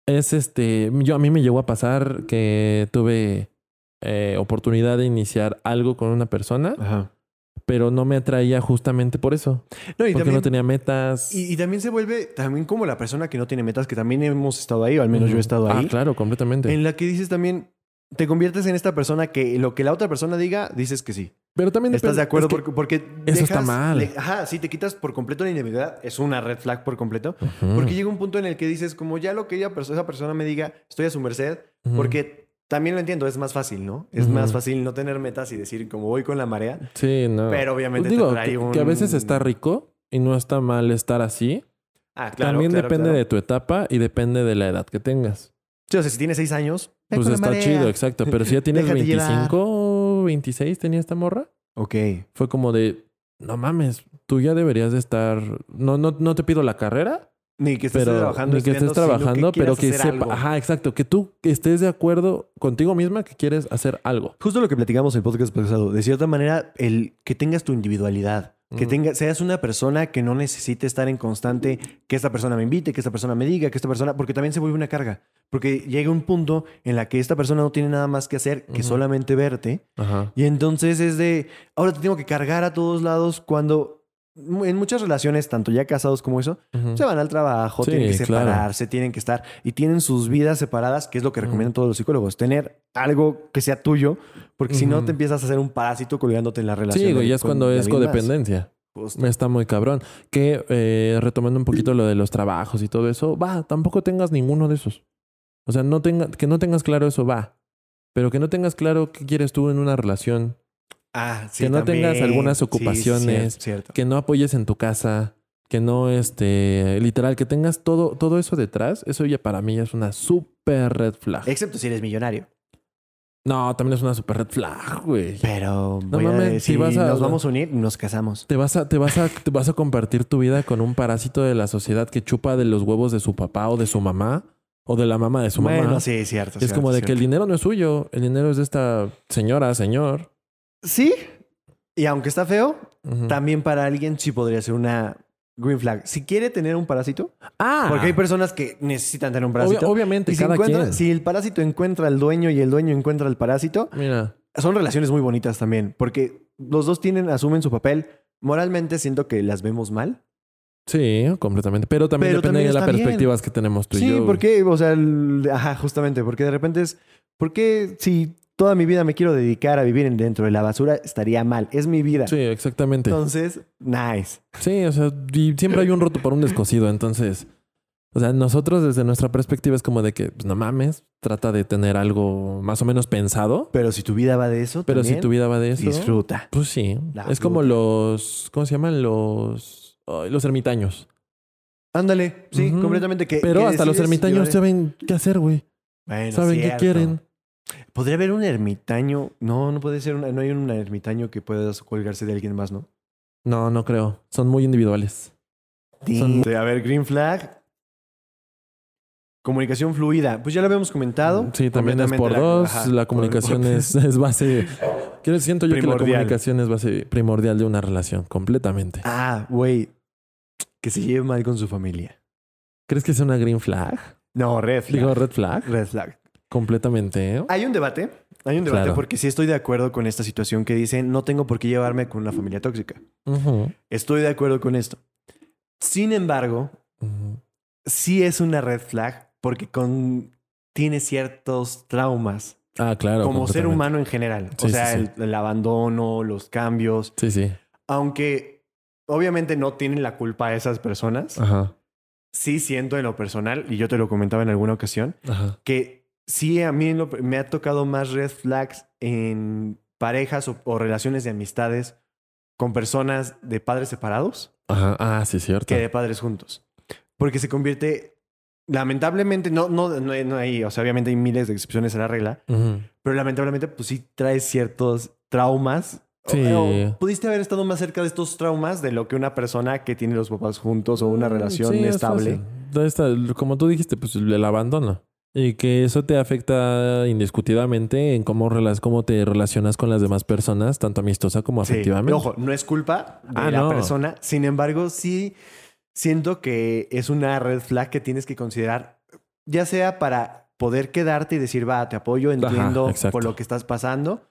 Es este, yo a mí me llegó a pasar que tuve eh, oportunidad de iniciar algo con una persona,
Ajá.
pero no me atraía justamente por eso,
No, Ah. y
porque
también
no tenía metas.
Y, y también se vuelve también como la persona que no tiene metas, que también hemos estado ahí, o al menos yo he estado ahí.
Ah, claro, completamente.
En la que dices también, te conviertes en esta persona que lo que la otra persona diga, dices que sí.
Pero también
¿Estás de acuerdo?
es que-
porque, porque
eso está mal.
le- ajá, sí, te quitas por completo la indebibilidad. Es una red flag por completo.
Ujú.
Porque llega un punto en el que dices, como ya lo que ella, perso- esa persona me diga, estoy a su merced.
Ujú.
Porque también lo entiendo, es más fácil, ¿no?
Mm.
Es
Ujú.
más fácil no tener metas y decir, como voy con la marea.
sí, no.
Pero obviamente te
Pues digo
trae
que,
un-
que a veces está rico y no está mal estar así.
Ah, claro.
también
claro,
depende
claro.
de tu etapa y depende de la edad que tengas.
Sí, o sea, si tienes seis años, ve
Pues
con la
está
marea.
chido, exacto. Pero si ya tienes
Déjate
25, 26, tenía esta morra.
Ok.
fue como de, no mames, tú ya deberías de estar, no, no, no te pido la carrera,
Ni que estés
pero
trabajando,
ni que estés
estudiando, sino
trabajando, pero
quieras
que
hacer
sepa,
algo.
ajá, exacto, que tú estés de acuerdo contigo misma que quieres hacer algo.
Justo lo que platicamos en el podcast pasado, de cierta manera, el que tengas tu individualidad, que
Mm.
tengas, seas una persona que no necesite estar en constante, que esta persona me invite, que esta persona me diga, que esta persona, porque también se vuelve una carga, porque llega un punto en la que esta persona no tiene nada más que hacer que
Ujú.
solamente verte,
Ajá.
y entonces es de, ahora te tengo que cargar a todos lados cuando mu- en muchas relaciones, tanto ya casados como eso,
Ujú.
se van al trabajo,
Sí,
tienen que
claro.
separarse, tienen que estar y tienen sus vidas separadas, que es lo que recomiendan todos los psicólogos, tener algo que sea tuyo, porque si no
Ujú.
te empiezas a hacer un parásito colgándote en la relación.
Sí, güey,
de-
ya es
con-
cuando
de
es
alguien más.
codependencia.
Justo.
Está muy cabrón. Que eh, retomando un poquito lo de los trabajos y todo eso, va, tampoco tengas ninguno de esos. O sea, no tenga, que no tengas claro eso, va. Pero que no tengas claro qué quieres tú en una relación,
Ah, sí,
que no
también.
tengas algunas
Sí, sí,
ocupaciones,
cierto, cierto.
que no apoyes en tu casa, que no, este, literal, que tengas todo, todo eso detrás, eso ya para mí es una super red flag.
Excepto si eres millonario.
No, también es una super red flag, güey.
Pero
No
voy a
mames, si
decir,
vas a-
nos vamos a unir, nos casamos.
Te vas, a, te, vas a, te vas a compartir tu vida con un parásito de la sociedad que chupa de los huevos de su papá o de su mamá o de la mamá de su
Bueno,
mamá.
sí,
es
cierto. cierto,
como de que el
cierto.
dinero no es suyo, el dinero es de esta señora, señor.
Sí, y aunque está feo,
Ujú.
también para alguien sí podría ser una green flag. Si quiere tener un parásito,
Ah,
Porque hay personas que necesitan tener un
obvia-
parásito.
obviamente,
Y si,
cada
encuentra-
quien.
si el parásito encuentra al dueño y el dueño encuentra al parásito,
Mira,
son relaciones muy bonitas también, porque los dos tienen, asumen su papel. Moralmente siento que las vemos mal.
sí, completamente. Pero también
Pero
depende
también
de las
está bien.
perspectivas que tenemos tú y
sí,
Pues yo. güey.
porque, o sea, el- ajá, justamente, porque de repente es, ¿por qué si toda mi vida me quiero dedicar a vivir en- dentro de la basura estaría mal? Es mi vida.
Sí, exactamente.
Entonces, nice.
Sí, o sea, y siempre hay un roto para un descosido. Entonces, o sea, nosotros desde nuestra perspectiva es como de que, pues no mames, trata de tener algo más o menos pensado.
Pero si tu vida va de eso,
Pero si
también,
tu vida va de eso,
disfruta.
pues sí.
La
es como
fruta.
los, ¿cómo se llaman? Los, ay, los ermitaños.
Ándale, sí,
Ujú.
completamente. Que,
Pero
que
hasta los
Eh, decides
ermitaños
llorar.
saben qué hacer, güey.
Bueno,
saben qué
cierto.
quieren.
¿Podría haber un ermitaño? No, no puede ser. una- no hay un ermitaño que pueda colgarse de alguien más, ¿no?
No, no creo. Son muy individuales. Son-
Sí, A ver, Green Flag. Comunicación fluida. Pues ya lo habíamos comentado.
Mm, Sí, también es
Completamente
por
la-
dos.
ajá,
la
por-
comunicación es, es base. Quiero, siento yo que la
Primordial.
comunicación es base primordial de una relación, completamente.
Ah, güey. Que se lleve mal con su familia.
¿Crees que sea una green flag?
No, red flag.
Digo, red flag.
red flag.
Completamente. ¿eh?
Hay un debate. Hay un debate
Claro.
porque sí estoy de acuerdo con esta situación que dicen no tengo por qué llevarme con una familia tóxica.
Ujú,
Estoy de acuerdo con esto. Sin embargo,
ujú.
sí es una red flag porque con- tiene ciertos traumas
Ah, claro.
como ser
completamente.
humano en general.
Sí,
o
sí,
sea,
sí.
El, el abandono, los cambios.
Sí, sí.
Aunque obviamente no tienen la culpa esas personas,
Ajá.
sí siento en lo personal, y yo te lo comentaba en alguna ocasión,
Ajá.
que sí a mí en lo- me ha tocado más red flags en parejas o, o relaciones de amistades con personas de padres separados
Ajá. Ah, sí, cierto.
que de padres juntos. Porque se convierte, lamentablemente, no, no, no, no hay, o sea, obviamente hay miles de excepciones a la regla,
Ujú.
pero lamentablemente pues sí trae ciertos traumas. O-
Sí.
o pudiste haber estado más cerca de estos traumas de lo que una persona que tiene los papás juntos o una
Mm,
relación
sí, es
estable.
fácil. Da esta- como tú dijiste, pues el abandono. Y que eso te afecta indiscutidamente en cómo, relas- cómo te relacionas con las demás personas, tanto amistosa como
Sí.
afectivamente.
Ojo, no es culpa de
Ah,
la
no.
persona. Sin embargo, sí siento que es una red flag que tienes que considerar, ya sea para poder quedarte y decir, va, te apoyo, entiendo
exacto.
por lo que estás pasando.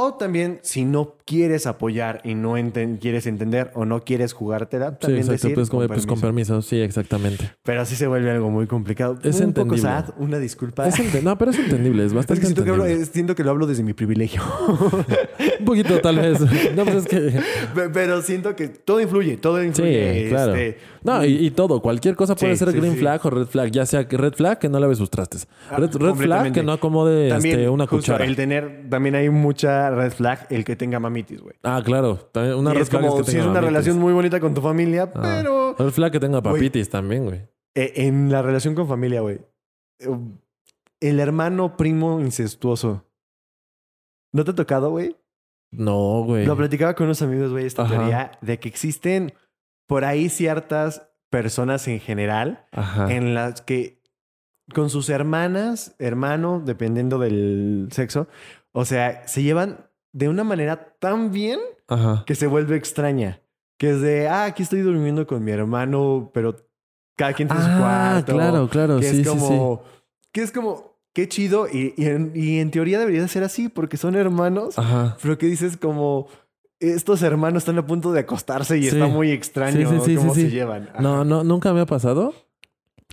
O también, si no quieres apoyar y no enten- quieres entender o no quieres jugártela,
Sí,
también
exacto.
decir,
pues, como,
con
pues, con
permiso.
permiso. Sí, exactamente.
Pero así se vuelve algo muy complicado.
Es
un
entendible.
poco sad, una disculpa.
Es ente- no, pero es entendible. Es
Es
bastante
que siento que, hablo,
entendible.
eh, siento que lo hablo desde mi privilegio.
Un poquito, tal vez. No, pues es que...
Pe- Pero siento que todo influye, todo influye.
Sí, claro.
este,
No, y, y todo, cualquier cosa puede
Sí,
ser
sí,
green
sí.
flag o red flag, ya sea que red flag que no lave sus trastes,
Ah,
red, red flag
completamente.
que no acomode
también,
este, una
justo,
cuchara.
el tener, también hay mucha red flag el que tenga mamitis, güey.
Ah, claro, también una
Y
red
es
flag es
como
que
si
tenga
es una
mamitis.
relación muy bonita con tu familia,
Ah,
pero
Red flag que tenga
Güey.
papitis también, güey.
eh, en la relación con familia, güey. eh, El hermano primo incestuoso. ¿No te ha tocado, güey?
No, güey.
Lo platicaba con unos amigos, güey, esta
Ajá.
teoría de que existen por ahí ciertas personas en general
Ajá.
en las que con sus hermanas, hermano, dependiendo del sexo, o sea, se llevan de una manera tan bien
Ajá.
que se vuelve extraña. Que es de, ah, aquí estoy durmiendo con mi hermano, pero cada quien tiene su
Ah,
cuarto.
claro, claro.
Que
Sí,
es
sí, sí.
como, que es como, qué chido. Y, y en, y en teoría debería ser así porque son hermanos.
Ajá.
Pero que dices como estos hermanos están a punto de acostarse y
Sí.
está muy extraño
Sí, sí, sí,
cómo
sí,
se
sí.
llevan. Ah,
No, no, nunca me ha pasado.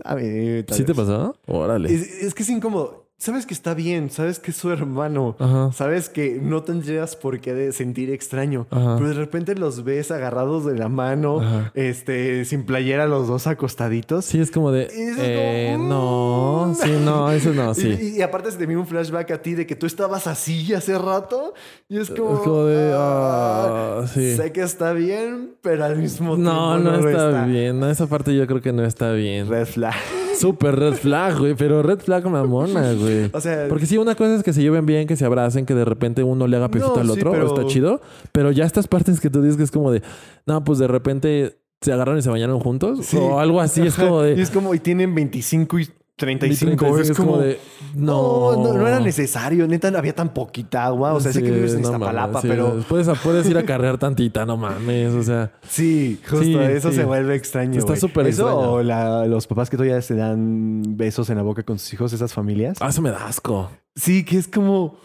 A ver, tal
¿Sí te
vez.
pasó? Órale.
Es, es que es incómodo. Sabes que está bien, sabes que es su hermano,
Ajá.
sabes que no tendrías por qué de sentir extraño,
Ajá.
pero de repente los ves agarrados de la mano,
Ajá.
este, sin playera, los dos acostaditos.
Sí, es como de.
Y es
eh,
como,
no,
mm.
sí, no, eso no,
Y-
sí.
Y, y aparte se te viene un flashback a ti de que tú estabas así hace rato y es como...
Es como de,
"Ah,
ah, sí.
Sé que está bien, pero al mismo tiempo
No,
no,
no,
lo
está, bien. No, esa parte yo creo que no está bien.
Red flag.
Súper red flag, güey. Pero red flag mamona, güey.
O sea,
Porque sí, una cosa es que se lleven bien, que se abracen, que de repente uno le haga piojito
No,
al
sí,
otro.
pero-
Está chido. Pero ya estas partes que tú dices que es como de... No, pues de repente se agarraron y se bañaron juntos.
Sí.
O algo así. Es como
y
de...
es como, y tienen 25 y 35, es, como,
de... No,
No, no, no era necesario, neta, había tan poquita agua. O sea, sé que vives en
no mames,
Iztapalapa,
sí,
pero
Puedes, puedes ir a carrear tantita, no mames. O sea...
sí, justo
Sí,
eso
sí.
se vuelve extraño.
Está
güey.
súper
Eso
extraño.
o la- los papás que todavía se dan besos en la boca con sus hijos, esas familias.
ah, Eso me da asco.
Sí, que es como.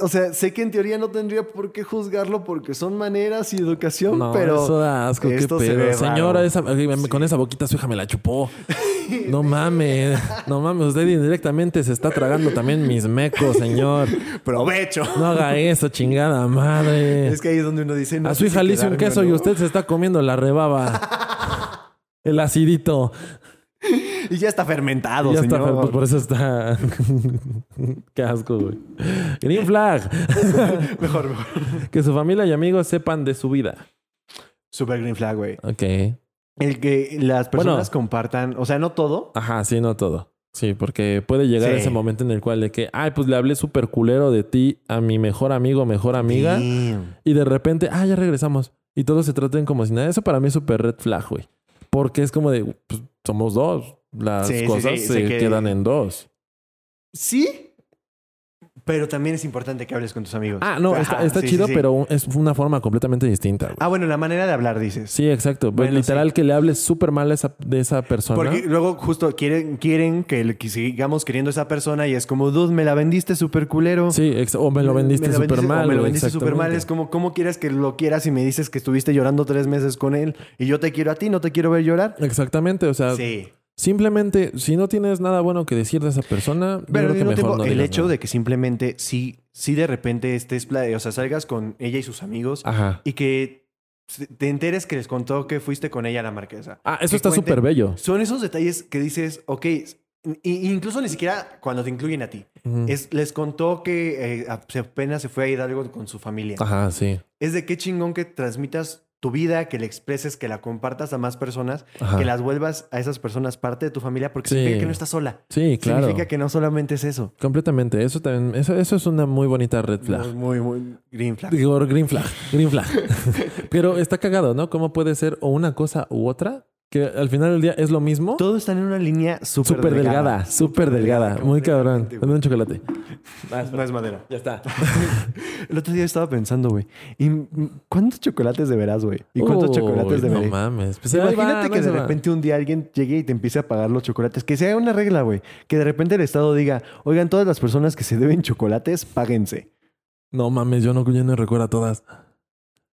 O sea, sé que en teoría no tendría por qué juzgarlo porque son maneras y educación,
No,
pero.
eso da asco, qué
esto se
pedo.
ve
Señora,
raro.
esa- con esa boquita su hija me la chupó. No mames, no mames, usted indirectamente se está tragando también mis mecos, señor.
¡Provecho!
No haga eso, chingada madre.
Es que ahí es donde uno dice. no
Eh. A su
sé
hija
si
le hice un
quedarme o
queso y
no.
usted se está comiendo la rebaba. El acidito.
Y ya está fermentado,
Y ya está,
señor.
pues por eso está. Qué asco, güey. Green flag.
Mejor, mejor.
Que su familia y amigos sepan de su vida.
Super Green Flag, güey.
Ok.
El que las personas
Bueno.
compartan, o sea, no todo.
Ajá, sí, no todo. Sí, porque puede llegar
Sí.
ese momento en el cual de que, ay, pues le hablé súper culero de ti a mi mejor amigo, mejor amiga,
Damn.
y de repente, ah, ya regresamos. Y todos se traten como si nada. Eso para mí es súper red flag, güey. Porque es como de, pues, somos dos. Las
Sí, sí,
cosas
sí,
se
sé que-
quedan en dos.
Sí. Pero también es importante que hables con tus amigos.
Ah, no, está,
pues, Ajá,
está
sí,
chido,
sí, sí.
pero es una forma completamente distinta, güey.
Ah, bueno, la manera de hablar, dices.
Sí, exacto. Pues,
Bueno,
literal que le hables súper mal a esa, de esa persona.
Porque luego justo quieren, quieren que, le- que sigamos queriendo a esa persona y es como, dude, me la vendiste súper culero.
Sí, ex- o me lo vendiste
Me la
súper
vendiste-
mal.
o Me lo
güey,
vendiste súper mal.
exactamente.
Es como, ¿cómo quieres que lo quieras si me dices que estuviste llorando tres meses con él y yo te quiero a ti, no te quiero ver llorar?
Exactamente, o sea,
Sí.
Simplemente, si no tienes nada bueno que decir de esa persona, yo
Pero
creo
al
que
mismo
mejor
tiempo,
no
el
digas
hecho
nada.
de que simplemente sí, sí de repente estés, pla- o sea, salgas con ella y sus amigos
Ajá.
y que se- te enteres que les contó que fuiste con ella a la marquesa.
Ah, eso
que
está
cuente-
súper bello.
Son esos detalles que dices, ok, i- incluso ni siquiera cuando te incluyen a ti.
Ujú.
Es, les contó que eh, apenas se fue a Hidalgo con su familia.
Ajá, sí.
Es de qué chingón que transmitas tu vida, que la expreses, que la compartas a más personas,
Ajá.
que las vuelvas a esas personas parte de tu familia, porque
Sí.
significa que no estás sola.
Sí, claro.
Significa que no solamente es eso.
Completamente. Eso también, eso, eso es una muy bonita red flag.
Muy, muy, muy green flag.
Digo, green flag, green flag. Pero está cagado, ¿no? ¿Cómo puede ser o una cosa u otra? Que al final del día es lo mismo.
Todo está en una línea súper
Súper delgada, súper delgada. Muy cabrón.
completamente,
Dame un chocolate.
No es madera.
Ya está.
El otro día estaba pensando, güey. ¿Y mm, cuántos chocolates deberás, güey? ¿Y cuántos
Uy,
chocolates
No
deberé?
mames. Pues ahí va,
Imagínate
no
que
se
de
va.
repente un día alguien llegue y te empiece a pagar los chocolates. Que sea una regla, güey. Que de repente el Estado diga, oigan, todas las personas que se deben chocolates, páguense.
No mames, yo no, yo no recuerdo a todas.
Yo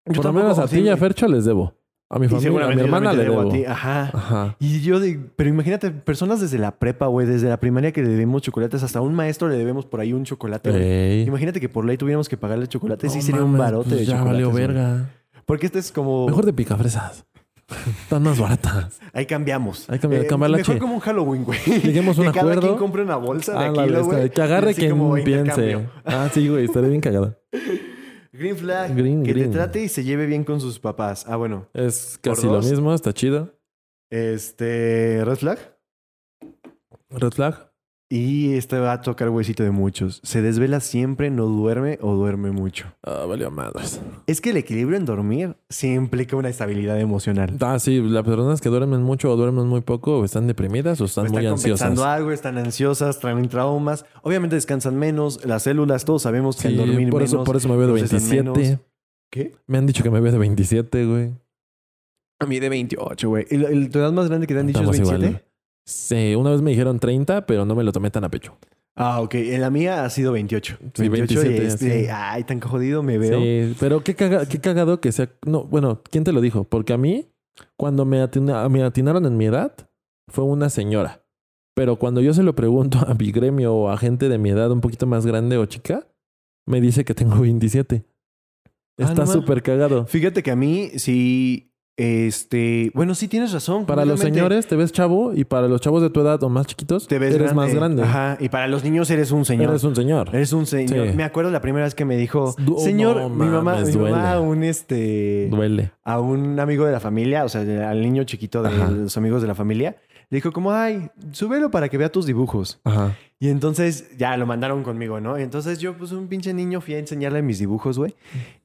Por lo
tampoco,
menos a
sí,
ti y a
güey.
Fercho les debo. A mi
Y
familia, a mi
seguramente yo
hermana le
también te
debo.
debo a ti. Ajá.
Ajá.
Y yo, de, pero imagínate, personas desde la prepa, güey, desde la primaria que le debemos chocolates, hasta a un maestro le debemos por ahí un chocolate. güey.
Ey.
Imagínate que por ley tuviéramos que pagarle chocolates, sí
No
sería un
mames,
barote
pues
de
Ya
chocolates.
valió
güey.
verga.
Porque este es como.
Mejor de picafresas. Están más baratas.
Ahí cambiamos. Eh,
Ahí cambi- cambiar la
mejor
che.
como un Halloween, güey.
Lleguemos a un
que cada
acuerdo.
quien compre una bolsa de
Ándale,
kilo,
está-
güey.
que
y
agarre
así
quien
como
piense.
intercambio.
Ah, sí, güey, estaré bien cagado.
Green flag.
Green,
que
green.
te trate y se lleve bien con sus papás. Ah, bueno.
Es
Por
casi lo
dos.
mismo, está chido.
Este. Red flag.
Red flag.
Y este va a tocar huesito de muchos. Se desvela siempre, no duerme o duerme mucho.
Ah, valió madres.
Es que el equilibrio en dormir sí implica una estabilidad emocional.
Ah, sí, las personas que duermen mucho o duermen muy poco o están deprimidas o están
están
muy ansiosas.
compensando algo, están ansiosas, traen traumas. Obviamente descansan menos, las células, todos sabemos que
Sí,
al dormir
por
menos...
eso, por eso me veo de
procesan menos.
27.
¿Qué?
Me han dicho que me veo de 27, güey.
A mí de 28, güey. ¿El, el- tu edad más grande que te han dicho
Estamos
es
igual.
27?
Sí, una vez me dijeron 30, pero no me lo tomé tan a pecho.
Ah, ok. En La mía ha sido 28.
Sí, 27,
y es de,
sí.
ay, tan jodido me veo.
Sí, pero qué, caga- qué cagado que sea. No, bueno, ¿quién te lo dijo? Porque a mí, cuando me, atina- me atinaron en mi edad, fue una señora. Pero cuando yo se lo pregunto a mi gremio o a gente de mi edad un poquito más grande o chica, me dice que tengo 27.
Ah,
Está
no ma-
súper cagado.
Fíjate que a mí sí, este... Bueno, sí tienes razón.
Para los
curiosamente,
señores te ves chavo y para los chavos de tu edad o más chiquitos
Te ves
eres más grande.
Ajá. Y para los niños eres un señor. Eh,
Eres un señor.
Eres un señor.
Sí.
Me acuerdo la primera vez que me dijo,
Du-
señor,
no
mi mamá,
mames,
mi mamá a
duele.
un este,
Duele.
a un amigo de la familia, o sea, de- al niño chiquito de
Ajá.
los amigos de la familia, le dijo como, ay, súbelo para que vea tus dibujos.
Ajá.
Y entonces ya lo mandaron conmigo, ¿no? Y entonces yo, pues un pinche niño, fui a enseñarle mis dibujos, güey.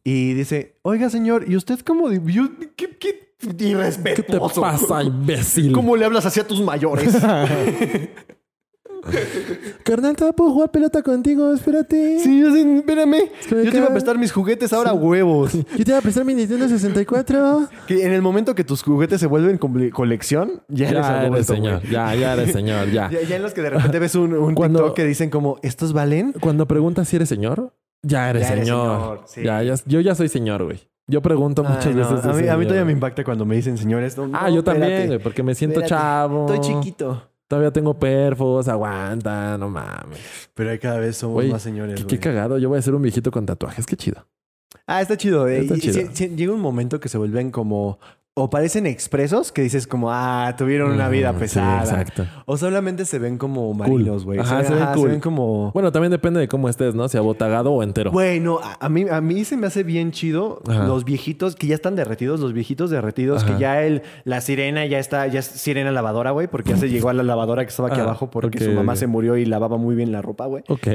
Y dice, oiga, señor, ¿y usted cómo? di- yo- ¿Qué, qué
¿Qué te
irrespetuoso?
pasa, imbécil?
¿Cómo le hablas así a tus mayores?
Carnal, ¿te puedo jugar pelota contigo? Espérate.
sí, yo, sí, espérame.
que me
Yo te iba a
cae.
prestar mis juguetes ahora, huevos.
Yo te iba a prestar mi Nintendo 64.
Que en el momento que tus juguetes se vuelven comple- colección, ya, eres
Ya
adulto,
eres señor.
güey.
Ya, ya eres señor. Ya.
Ya, ya en los que de repente ves un, un
Cuando-
TikTok que dicen como, ¿estos valen?
Cuando preguntas si eres señor, ya eres
Ya eres
señor.
señor, sí.
Ya, ya- yo ya soy señor, güey. Yo pregunto muchas
Ay, no,
veces.
a,
de
mí, a mí
señor.
todavía me impacta cuando me dicen señores. no,
Ah,
no,
yo también,
espérate.
güey, porque me siento
Espérate.
chavo.
Estoy chiquito.
Todavía tengo perfos, aguanta, no mames.
Pero ahí cada vez somos
Güey,
más señores.
Qué, qué
güey.
cagado, yo voy a ser un viejito con tatuajes, qué chido.
ah, está chido. eh.
Está
Y- y
chido.
si- si- llega un momento que se vuelven como, o parecen expresos que dices como, ah, tuvieron una vida
Mm, sí,
pesada.
exacto.
O solamente se ven como marinos, güey.
Ajá, se ven
ajá,
cool.
ven como...
Bueno, también depende de cómo estés, ¿no? Si abotagado o entero.
Bueno, a, a mí, a mí se me hace bien chido
Ajá.
los viejitos que ya están derretidos, los viejitos derretidos,
Ajá.
que ya el, la sirena ya está, ya es sirena lavadora, güey, porque ya se llegó a la lavadora que estaba aquí
Ah,
abajo porque
ok,
su mamá
ok.
se murió y lavaba muy bien la ropa, güey.
Ok.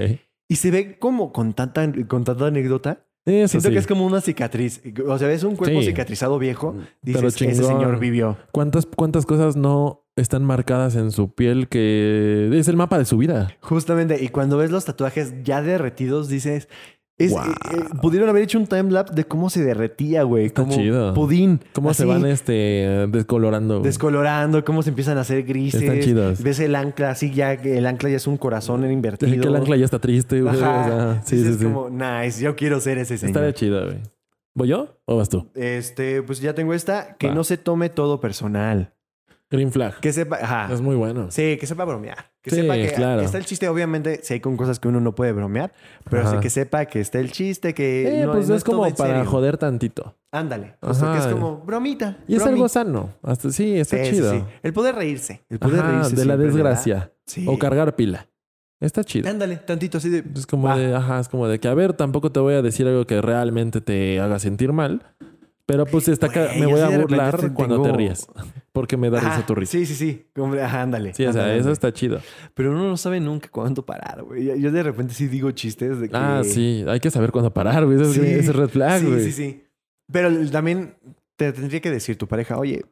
Y se ve como con tanta, con tanta anécdota.
Eso
Siento
sí.
que es como una cicatriz. O sea, ves un cuerpo
Sí.
cicatrizado viejo,
Pero
dices, ese
chingón.
señor vivió.
¿Cuántas, ¿Cuántas cosas no están marcadas en su piel que es el mapa de su vida?
Justamente, y cuando ves los tatuajes ya derretidos, dices, es-
Guau.
eh, eh, pudieron haber hecho un timelapse de cómo se derretía, güey.
Está
Como
chido.
pudín.
¿Cómo se
así,
van este descolorando? güey?
descolorando, cómo se empiezan a hacer grises.
Están chidos.
Ves el ancla, así ya, que el ancla ya es un corazón
Que
invertido.
el ancla ya está triste, güey.
Ajá.
O sea, sí, sí,
Dices
sí.
como, nice, yo quiero ser ese señor.
Está de chido, güey. ¿Voy yo o vas tú?
Este, pues ya tengo esta, que
Va.
no se tome todo personal.
Green flag.
Que sepa, ajá.
Ah, Es muy bueno.
Sí, que sepa bromear. Que
Sí,
sepa que,
claro.
que está el chiste, obviamente, sí hay con cosas que uno no puede bromear, pero
Ajá.
sí que sepa que está el chiste, que
Eh,
no,
pues
no
es como
todo en
para
serio.
joder tantito.
Ándale. O sea,
Ajá.
que es como bromita.
Y es
bromi.
algo sano. Hasta, sí, está
Sí, sí,
chido.
sí. El poder reírse. El poder
Ajá,
reírse.
de la
siempre le da-
desgracia.
Sí.
O cargar pila. Está chido.
Ándale, tantito así de.
Es como
Ah.
de, ajá, es como de que, a ver, tampoco te voy a decir algo que realmente te haga sentir mal. Pero pues está ca-
Güey,
me
yo
voy
sí
a
de repente
burlar
te-
cuando te
tengo-
ríes. Porque me da
Ajá,
risa tu risa.
Sí, sí, sí. Como- Ajá, ándale.
Sí, o sea,
ándale,
eso
ándale.
está chido.
Pero uno no sabe nunca cuándo parar, güey. Yo- Yo de repente sí digo chistes de que.
Ah, sí. Hay que saber cuándo parar, güey. Ese es-
Sí,
ese es red flag,
sí,
güey.
sí, sí. Pero el- también te tendría que decir tu pareja, oye,